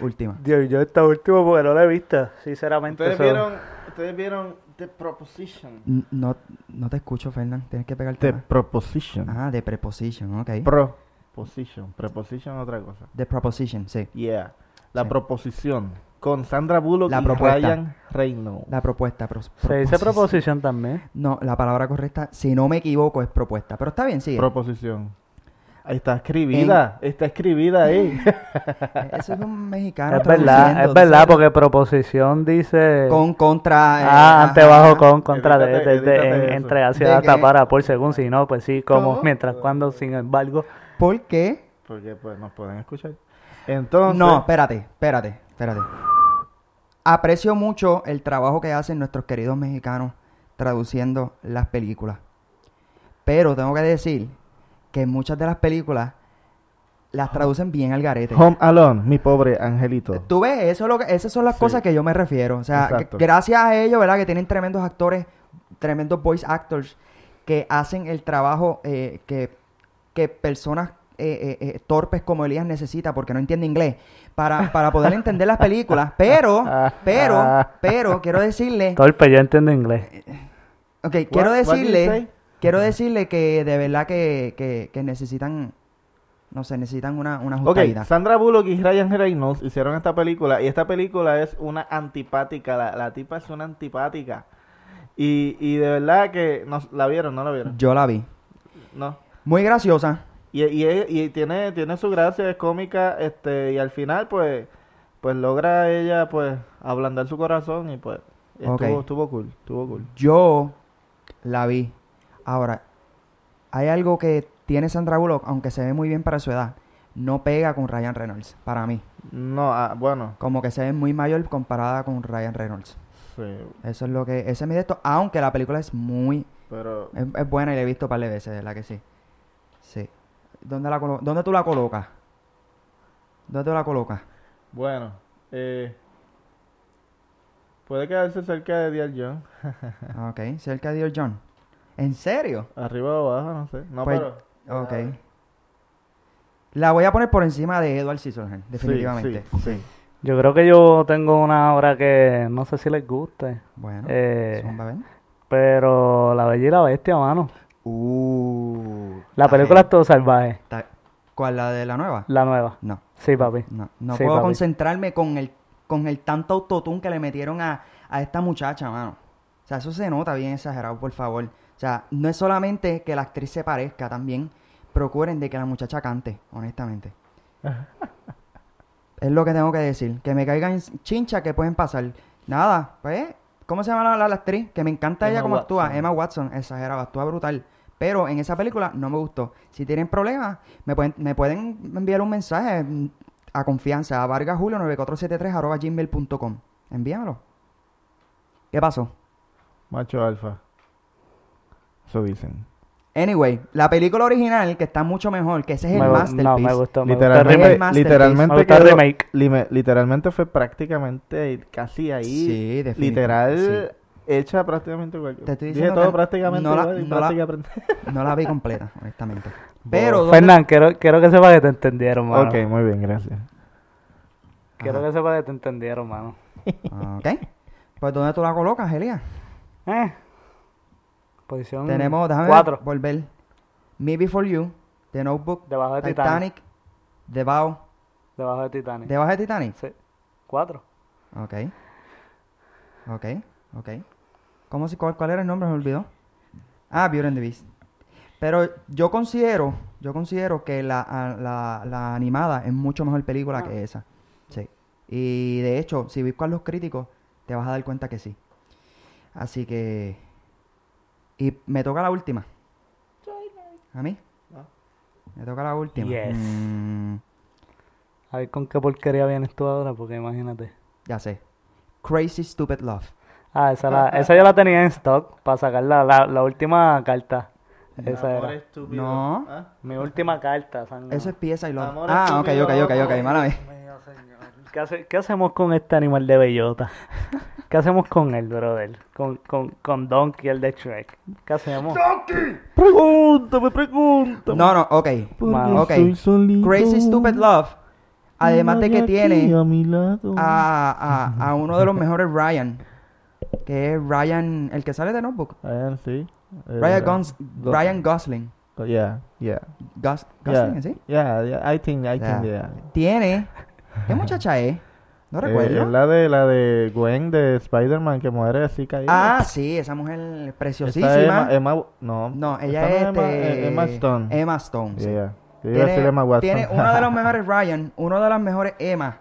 Speaker 1: Última.
Speaker 2: Dios, yo esta última porque no la he visto, sinceramente.
Speaker 3: Ustedes
Speaker 2: so-
Speaker 3: vieron, ustedes vieron The Proposition.
Speaker 1: N- No, no te escucho, Fernán. Tienes que pegarte.
Speaker 3: The
Speaker 1: más.
Speaker 3: Proposition.
Speaker 1: Ah, The Preposition, ok.
Speaker 3: Proposition. Preposition es otra cosa.
Speaker 1: The Proposition, sí.
Speaker 3: Yeah. La
Speaker 1: Sí.
Speaker 3: proposición. Con Sandra Bullock
Speaker 1: La
Speaker 3: y
Speaker 1: propuesta.
Speaker 3: Ryan Reynolds.
Speaker 1: La propuesta. pros-
Speaker 2: Se
Speaker 1: proposición.
Speaker 2: dice proposición también.
Speaker 1: No, la palabra correcta, si no me equivoco, es propuesta. Pero está bien, sigue.
Speaker 3: Proposición. Ahí está escribida. Está escribida ahí.
Speaker 1: Eh, Eso es un mexicano.
Speaker 2: Es verdad,
Speaker 1: traduciendo,
Speaker 2: es
Speaker 1: tú
Speaker 2: verdad,
Speaker 1: sabes.
Speaker 2: porque proposición dice...
Speaker 1: Con, contra. eh,
Speaker 2: Ah, ante,
Speaker 1: ajá,
Speaker 2: bajo,
Speaker 1: ajá.
Speaker 2: con, contra, de,
Speaker 3: Edítate-
Speaker 2: de- de-
Speaker 3: edítate
Speaker 2: en-
Speaker 3: eso.
Speaker 2: entre,
Speaker 1: ¿De
Speaker 2: hacia, hasta,
Speaker 1: qué?
Speaker 2: para, por, según, si no, pues sí, como,
Speaker 1: ¿Cómo?
Speaker 2: mientras, cuando, sin embargo.
Speaker 1: ¿Por qué?
Speaker 3: Porque pues nos pueden escuchar. Entonces.
Speaker 1: No, espérate, espérate, espérate. Aprecio mucho el trabajo que hacen nuestros queridos mexicanos traduciendo las películas. Pero tengo que decir que muchas de las películas las traducen bien al garete.
Speaker 3: Home Alone, mi pobre angelito.
Speaker 1: Eh, Tú ves, eso es lo que- esas son las
Speaker 3: Sí.
Speaker 1: cosas que yo me refiero. O sea, que-
Speaker 3: Exacto.
Speaker 1: gracias a ellos, ¿verdad? Que tienen tremendos actores, tremendos voice actors que hacen el trabajo eh, que, que personas eh, eh, eh, torpes como Elías necesita porque no entiende inglés para, para poder entender las películas. Pero, pero, pero, quiero decirle,
Speaker 2: Torpe, yo entiendo inglés.
Speaker 1: ok, quiero
Speaker 3: what did you say?
Speaker 1: decirle, quiero decirle que de verdad que, que, que necesitan, no sé, necesitan una, una
Speaker 3: Ok,
Speaker 1: ajustadita.
Speaker 3: Sandra Bullock y Ryan Reynolds hicieron esta película y esta película es una antipática, la, la tipa es una antipática. Y, y de verdad que nos, la vieron, no la vieron.
Speaker 1: Yo la vi.
Speaker 3: No.
Speaker 1: Muy graciosa.
Speaker 3: Y, y, es- y tiene, tiene su gracia, es cómica, este, y al final pues, pues logra ella pues ablandar su corazón y pues estuvo,
Speaker 1: Ok.
Speaker 3: estuvo cool, estuvo cool.
Speaker 1: Yo la vi. Ahora, hay algo que tiene Sandra Bullock, aunque se ve muy bien para su edad, no pega con Ryan Reynolds, para mí.
Speaker 3: No, ah, bueno,
Speaker 1: Como que se ve muy mayor comparada con Ryan Reynolds.
Speaker 3: sí,
Speaker 1: Eso es lo que... Ese es mi de esto, aunque la película es muy...
Speaker 3: pero
Speaker 1: Es, es buena y la he visto un par de veces, de ¿verdad que sí? Sí. ¿Dónde, la colo- ¿Dónde tú la colocas? ¿Dónde tú la colocas?
Speaker 3: bueno, eh, puede quedarse cerca de Dial John,
Speaker 1: Ah, Ok, cerca de Dear John. ¿En serio?
Speaker 3: arriba o abajo, no sé, no,
Speaker 1: Pues,
Speaker 3: pero...
Speaker 1: Ok.
Speaker 3: Ah.
Speaker 1: La voy a poner por encima de Edward Scissorhands, definitivamente.
Speaker 3: Sí, sí, sí.
Speaker 2: Yo creo que yo tengo una obra que no sé si les guste,
Speaker 1: Bueno,
Speaker 2: Eh.
Speaker 1: zumba, ven.
Speaker 2: pero La Bella y la Bestia, mano.
Speaker 1: Uh,
Speaker 2: La
Speaker 1: está
Speaker 2: película es
Speaker 1: bien,
Speaker 2: todo salvaje,
Speaker 1: está- ¿Cuál, la de la nueva?
Speaker 2: la nueva.
Speaker 1: No,
Speaker 2: Sí, papi.
Speaker 1: no. No
Speaker 2: Sí,
Speaker 1: puedo
Speaker 2: papi.
Speaker 1: concentrarme con el, con el tanto autotune que le metieron a, a esta muchacha, mano. O sea, eso se nota bien exagerado, por favor. O sea, no es solamente que la actriz se parezca, también procuren de que la muchacha cante, honestamente. es lo que tengo que decir. Que me caigan chinchas que pueden pasar. Nada, pues, ¿cómo se llama la, la- la actriz? Que me encanta ella
Speaker 3: Emma
Speaker 1: como actúa.
Speaker 3: Watson.
Speaker 1: Emma Watson, exagerada, actúa brutal. Pero en esa película no me gustó. Si tienen problemas, me pueden, me pueden enviar un mensaje mm, a confianza a vargasjulio9473 arroba gmail.com. Envíamelo. ¿Qué pasó?
Speaker 3: Macho alfa. Eso dicen.
Speaker 1: Anyway, la película original, que está mucho mejor, que ese es el
Speaker 2: Me gu-
Speaker 1: masterpiece.
Speaker 2: No, me gustó, me gustó el
Speaker 3: Literalmente,
Speaker 2: remake.
Speaker 1: remake.
Speaker 3: literalmente,
Speaker 2: Me gusta el
Speaker 3: quedó-
Speaker 2: remake.
Speaker 3: lime- literalmente fue prácticamente ahí, casi ahí.
Speaker 1: Sí, definitivamente,
Speaker 3: Literal, hecha prácticamente igual.
Speaker 1: Te estoy
Speaker 3: Dije
Speaker 1: diciendo
Speaker 3: todo
Speaker 1: que
Speaker 3: prácticamente
Speaker 1: no la-
Speaker 3: igual y
Speaker 1: no la-
Speaker 3: prácticamente-
Speaker 1: No la vi completa, honestamente. Pero, ¿dónde-
Speaker 2: Fernán, quiero, quiero que sepas que te entendieron, mano.
Speaker 3: Ok, muy bien, gracias.
Speaker 2: Quiero que sepas que te entendieron, mano.
Speaker 1: Ok. Pues, ¿dónde tú la colocas, Elia?
Speaker 2: Eh. Posición
Speaker 1: Tenemos, déjame
Speaker 2: cuatro.
Speaker 1: volver. Me Before You, The Notebook,
Speaker 2: Debajo de Titanic.
Speaker 1: Titanic, The Vow,
Speaker 2: Debajo de Titanic.
Speaker 1: ¿Debajo de Titanic?
Speaker 2: Sí. Cuatro.
Speaker 1: Ok. Ok, ok. ¿Cómo se, cuál, cuál era el nombre? Me olvidó. Ah, Beauty and the Beast. Pero yo considero, yo considero que la, a- la- la animada es mucho mejor película que esa. Sí. Y de hecho, si buscas los críticos, te vas a dar cuenta que sí. Así que... Y me toca la última. ¿A mí?
Speaker 3: No.
Speaker 1: Le toca la última.
Speaker 2: Yes.
Speaker 1: Mm,
Speaker 2: A ver con qué porquería vienes tú ahora, porque imagínate.
Speaker 1: ya sé. Crazy Stupid Love.
Speaker 2: Ah, esa, la- esa yo la tenía en stock para sacar la, la, la última carta. Esa
Speaker 3: Amor
Speaker 2: era.
Speaker 3: estúpido.
Speaker 1: No.
Speaker 3: ¿Ah?
Speaker 2: Mi última carta, sangre.
Speaker 1: Eso es pieza y love.
Speaker 3: Amor
Speaker 1: ah, ok,
Speaker 3: estúpido,
Speaker 1: ok, ok, ok.
Speaker 3: loco.
Speaker 1: Mala vez.
Speaker 2: ¿Qué, hace- qué hacemos con este animal de bellota? ¿Qué hacemos con él, brother? Con, con, con Donkey, el de Shrek. ¿Qué hacemos?
Speaker 3: Pregúntame, pregúntame.
Speaker 1: No, no, ok.
Speaker 3: porque
Speaker 2: Mano.
Speaker 1: Ok.
Speaker 3: soy solito.
Speaker 1: Crazy Stupid Love. Además de
Speaker 3: Nadie
Speaker 1: que
Speaker 3: aquí
Speaker 1: tiene Ah.
Speaker 3: A mi lado.
Speaker 1: a, a- a uno de los mejores Ryan. Que es Ryan, el que sale de Notebook.
Speaker 3: Ryan, sí. Eh,
Speaker 1: Ryan, Gons-
Speaker 3: Go-
Speaker 1: Ryan Gosling.
Speaker 3: Oh, yeah, yeah.
Speaker 1: Gos-
Speaker 3: yeah,
Speaker 1: Gosling, ¿sí?
Speaker 3: Yeah, yeah, I think, I
Speaker 1: Ya.
Speaker 3: think, yeah.
Speaker 1: Tiene. ¿Qué muchacha es? No
Speaker 3: Eh,
Speaker 1: recuerdo.
Speaker 3: es la de, la de Gwen de Spider-Man que muere así caída.
Speaker 1: Ah, sí, esa mujer
Speaker 3: Esta es
Speaker 1: preciosísima.
Speaker 3: Emma, Emma- no.
Speaker 1: no,
Speaker 3: Esta
Speaker 1: ella es.
Speaker 3: no Emma,
Speaker 1: este,
Speaker 3: eh, Emma Stone.
Speaker 1: Emma Stone. sí.
Speaker 3: Yeah, yeah. Yo iba a
Speaker 1: Tiene,
Speaker 3: decir Emma Watson.
Speaker 1: tiene uno de los mejores Ryan, uno de los mejores Emma.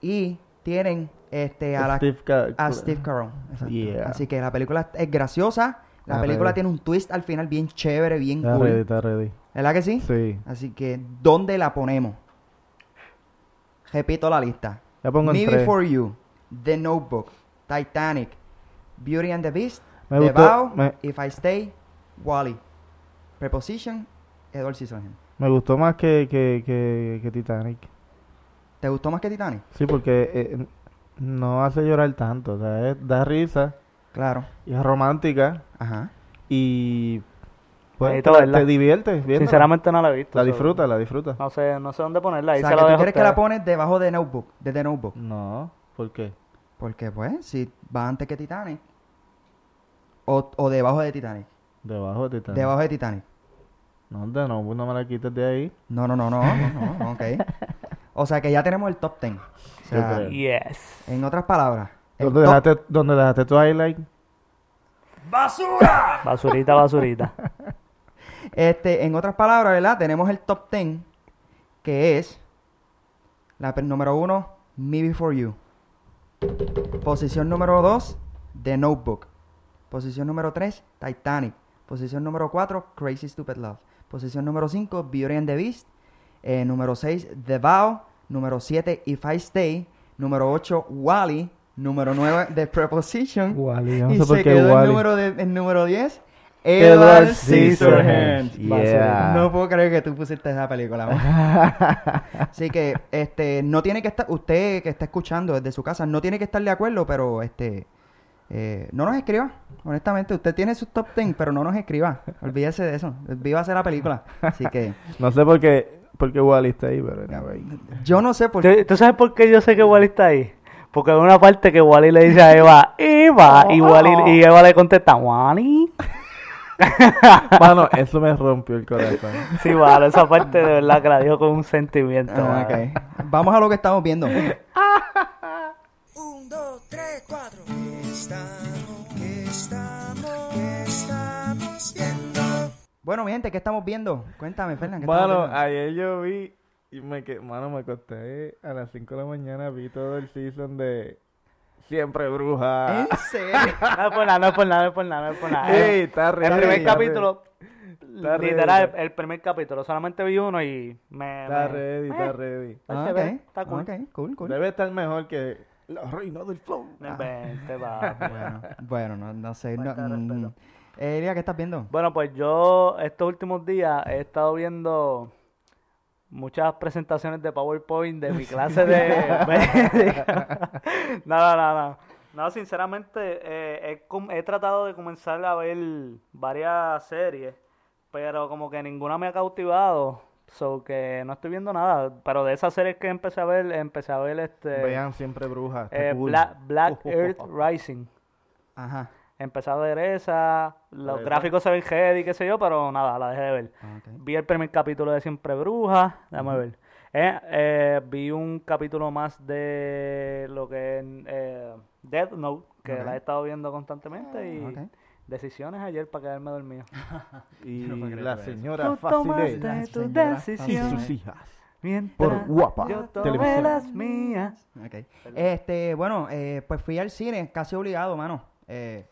Speaker 1: Y tienen este, a, la-
Speaker 3: Steve Ca-
Speaker 1: a Steve Carell. exacto.
Speaker 3: Yeah.
Speaker 1: Así que la película es graciosa. La
Speaker 3: Ah,
Speaker 1: película
Speaker 3: ready.
Speaker 1: tiene un twist al final bien chévere, bien
Speaker 3: Está ready,
Speaker 1: cool.
Speaker 3: está ready.
Speaker 1: ¿Verdad que sí?
Speaker 3: Sí.
Speaker 1: Así que, ¿dónde la ponemos? Repito la lista.
Speaker 3: La pongo en
Speaker 1: Me
Speaker 3: tres.
Speaker 1: Before You, The Notebook, Titanic, Beauty and the Beast,
Speaker 3: Me
Speaker 1: The
Speaker 3: gustó-
Speaker 1: Vow,
Speaker 3: me-
Speaker 1: If I Stay, Wally, Preposition, Edward Scissorhands.
Speaker 3: Me gustó más que, que, que, que Titanic.
Speaker 1: ¿Te gustó más que Titanic?
Speaker 3: Sí, porque eh, no hace llorar tanto. O sea, es- da risa.
Speaker 1: Claro.
Speaker 3: y es romántica.
Speaker 1: Ajá.
Speaker 3: Y. Pues,
Speaker 2: Bonito
Speaker 3: te,
Speaker 2: verla.
Speaker 3: te diviertes. viéndola.
Speaker 2: Sinceramente no la he visto.
Speaker 3: La
Speaker 2: so-
Speaker 3: disfruta, la
Speaker 1: Ah,
Speaker 3: disfruta.
Speaker 2: No sé, no sé dónde ponerla. Ahí
Speaker 1: o sea,
Speaker 2: se
Speaker 1: que
Speaker 2: la
Speaker 1: tú
Speaker 2: dejo
Speaker 1: quieres
Speaker 2: a
Speaker 1: que la
Speaker 2: ustedes.
Speaker 1: pones debajo de Notebook, de The Notebook.
Speaker 3: Mm. No, ¿por qué?
Speaker 1: Porque, pues, si va antes que Titanic. O, o debajo de Titanic.
Speaker 3: Debajo de Titanic.
Speaker 1: Debajo de Titanic.
Speaker 3: No, de no, no me la quites de ahí.
Speaker 1: No, no, no, no, no, no, ok. O sea, que ya tenemos el top 10. O sea,
Speaker 3: creo.
Speaker 2: Yes.
Speaker 1: en otras palabras. el
Speaker 3: ¿Dónde
Speaker 1: top-
Speaker 3: dejaste, donde dejaste tu highlight?
Speaker 2: Basurita, basurita.
Speaker 1: Este, en otras palabras, ¿verdad? Tenemos el top 10, que es la pe- número 1, Me Before You. Posición número 2, The Notebook. Posición número 3, Titanic. Posición número 4, Crazy Stupid Love. Posición número 5, Beauty and the Beast. Eh, número 6, The Vow. Número 7, If I Stay. Número 8, Wally. Número 9, The Preposition.
Speaker 3: Wally, yo no
Speaker 1: y
Speaker 3: sé por
Speaker 1: se
Speaker 3: qué
Speaker 1: quedó el
Speaker 3: Wall-E.
Speaker 1: número, de, el número 10, Edward Scissorhands.
Speaker 3: Yeah.
Speaker 1: No puedo creer que tú pusiste esa película. man. Así que este no tiene que estar usted que está escuchando desde su casa no tiene que estar de acuerdo, pero este eh, no nos escriba. Honestamente, usted tiene sus top 10, pero no nos escriba. Olvídese de eso. Viva hacer la película. Así que
Speaker 3: No sé por qué, por qué Wally está ahí, pero anyway.
Speaker 1: yo no sé por qué.
Speaker 2: ¿Tú, tú sabes por qué yo sé que Wally está ahí? Porque hay una parte que Wally le dice a Eva, Eva,
Speaker 1: Oh.
Speaker 2: y, Wally, y Eva le contesta, Wally.
Speaker 3: Mano, eso me rompió el corazón.
Speaker 2: Sí, vale, esa parte de verdad que la dijo con un sentimiento.
Speaker 1: Ah,
Speaker 2: mano.
Speaker 1: ok. Vamos a lo que estamos viendo.
Speaker 4: Un, dos, tres, cuatro. ¿Qué estamos, qué estamos, qué estamos viendo?
Speaker 1: Bueno, mi gente, ¿qué estamos viendo? Cuéntame, Fernan, ¿qué estamos
Speaker 3: Mano,
Speaker 1: viendo?
Speaker 3: ayer yo vi y me que, mano, me acosté a las 5 de la mañana, vi todo el season de Siempre
Speaker 2: ah,
Speaker 3: Bruja.
Speaker 1: ¿En serio?
Speaker 2: No es por nada, no es por nada, no es por nada, no es por nada.
Speaker 3: Ey, está
Speaker 2: el
Speaker 3: ready,
Speaker 2: primer
Speaker 3: está
Speaker 2: capítulo,
Speaker 3: Está ready.
Speaker 2: literal, el, el primer capítulo, solamente vi uno y me...
Speaker 3: Está
Speaker 2: me-
Speaker 3: ready, está ready.
Speaker 2: Está
Speaker 1: Ah,
Speaker 2: chévere,
Speaker 1: ok.
Speaker 2: está cool.
Speaker 1: Ok, cool, cool.
Speaker 3: Debe estar mejor que Los Reinos del Flow.
Speaker 2: me invente, va.
Speaker 1: Bueno, bueno, no, no sé. No,
Speaker 2: Falta de
Speaker 1: mm,
Speaker 2: respeto.
Speaker 1: eh, Elia, ¿qué estás viendo?
Speaker 2: Bueno, pues yo estos últimos días he estado viendo muchas presentaciones de PowerPoint de mi clase de... no, no, no, no. No, sinceramente, eh, he, com- he tratado de comenzar a ver varias series, pero como que ninguna me ha cautivado, so que no estoy viendo nada. Pero de esas series que empecé a ver, empecé a ver este...
Speaker 3: Vean Siempre Bruja. está
Speaker 2: eh,
Speaker 3: cool. Oh,
Speaker 2: Bla- Black Earth Rising.
Speaker 1: Ajá.
Speaker 2: Empecé a ver esa, los
Speaker 3: Ahí está.
Speaker 2: gráficos se ven heavy, qué sé yo, pero nada, la dejé de ver.
Speaker 1: Ah, ok.
Speaker 2: Vi el primer capítulo de Siempre Bruja, déjame ver. Eh, eh, vi un capítulo más de lo que es eh, Death Note, que
Speaker 1: Ok.
Speaker 2: la he estado viendo constantemente y
Speaker 1: ok.
Speaker 2: decisiones ayer para quedarme dormido.
Speaker 3: Y
Speaker 1: Yo no puedo creer que
Speaker 3: la
Speaker 1: vea eso.
Speaker 3: señora
Speaker 2: Tú
Speaker 3: Facilé
Speaker 1: Facilidad,
Speaker 2: tomaste tus
Speaker 1: señora,
Speaker 3: y
Speaker 1: facilidad.
Speaker 2: decisiones
Speaker 3: sus hijas.
Speaker 2: mientras
Speaker 3: por Guapa
Speaker 2: yo tomé
Speaker 3: Televisión.
Speaker 2: las mías.
Speaker 1: Ok. Este, bueno, eh, pues fui al cine, casi obligado, mano. Eh,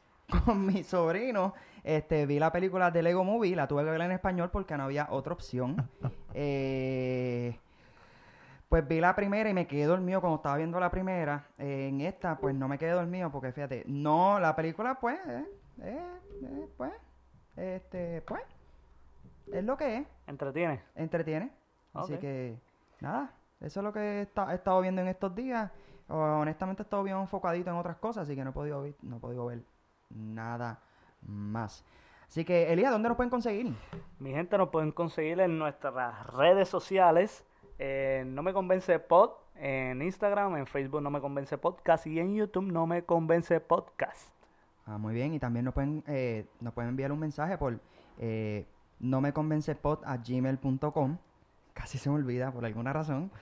Speaker 1: con mi sobrino. Este, vi la película de Lego Movie, la tuve que ver en español porque no había otra opción. Eh, pues vi la primera y me quedé dormido cuando estaba viendo la primera. Eh, en esta, pues no me quedé dormido porque fíjate, no, la película, pues, eh, eh, eh, pues, este, pues, es lo que es,
Speaker 2: ¿Entretiene?
Speaker 1: entretiene. Así
Speaker 2: Ok.
Speaker 1: que, nada, eso es lo que he, esta- he estado viendo en estos días. O- honestamente, he estado bien enfocadito en otras cosas, así que no he podido, vi- no he podido ver nada más. Así que, Elías, ¿dónde nos pueden conseguir?
Speaker 2: Mi gente nos pueden conseguir en nuestras redes sociales. eh, no me convence pod. En Instagram, en Facebook no me convence podcast y en YouTube no me convence podcast.
Speaker 1: Ah, muy bien. Y también nos pueden, eh, nos pueden enviar un mensaje por eh, no me a gmail.com. Casi se me olvida por alguna razón.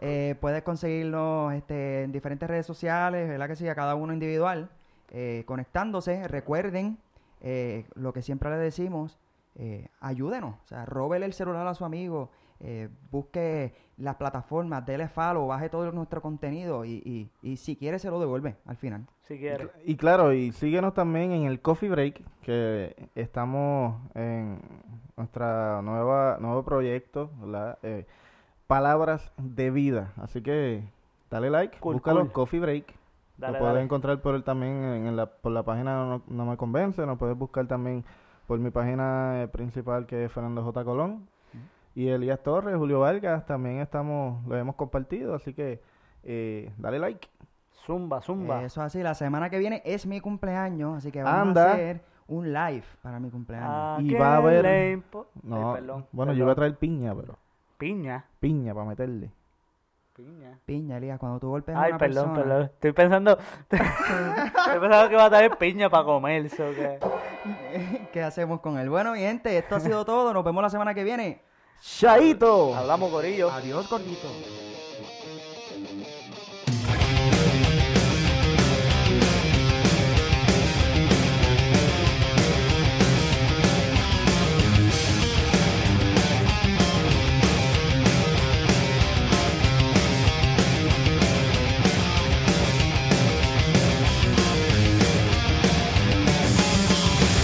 Speaker 1: Eh, puedes conseguirnos este, en diferentes redes sociales, ¿verdad que sí? A cada uno individual. eh, conectándose, recuerden eh, lo que siempre les decimos, eh, ayúdenos. O sea, róbele el celular a su amigo, eh, busque las plataformas, dele follow, baje todo nuestro contenido y, y- y si quiere se lo devuelve al final.
Speaker 2: Si quieres.
Speaker 3: Y claro, y síguenos también en el Coffee Break, que estamos en nuestra nueva nuevo proyecto, ¿verdad? Eh, Palabras de vida. Así que dale like,
Speaker 2: Cool,
Speaker 3: búscalo
Speaker 2: cool.
Speaker 3: Coffee Break.
Speaker 2: Dale,
Speaker 3: lo puedes
Speaker 2: dale.
Speaker 3: encontrar por él también en, en la, por la página no, No me convence, lo puedes buscar también por mi página eh, principal que es Fernando J. Colón. Y Elías Torres, Julio Vargas, también estamos, lo hemos compartido, así que eh, dale like.
Speaker 2: Zumba, zumba.
Speaker 1: Eso así, la semana que viene es mi cumpleaños, así que vamos a
Speaker 3: Anda.
Speaker 1: hacer un live para mi cumpleaños.
Speaker 2: ¿A
Speaker 3: Y
Speaker 2: qué
Speaker 3: va a haber-
Speaker 2: le impo-
Speaker 3: No,
Speaker 2: Ay, perdón,
Speaker 3: bueno,
Speaker 2: perdón.
Speaker 3: yo voy a traer piña, pero
Speaker 2: Piña.
Speaker 3: piña para meterle.
Speaker 2: Piña.
Speaker 1: Piña, Elías, cuando tú golpeas a
Speaker 2: Ay,
Speaker 1: una
Speaker 2: perdón,
Speaker 1: persona-
Speaker 2: perdón. Estoy pensando. Estoy pensando que va a traer piña para comer. ¿so qué?
Speaker 1: ¿Qué hacemos con él? Bueno, mi gente, esto ha sido todo. Nos vemos la semana que viene.
Speaker 3: ¡Chaito!
Speaker 2: Hablamos, Corillo.
Speaker 1: Adiós, gordito.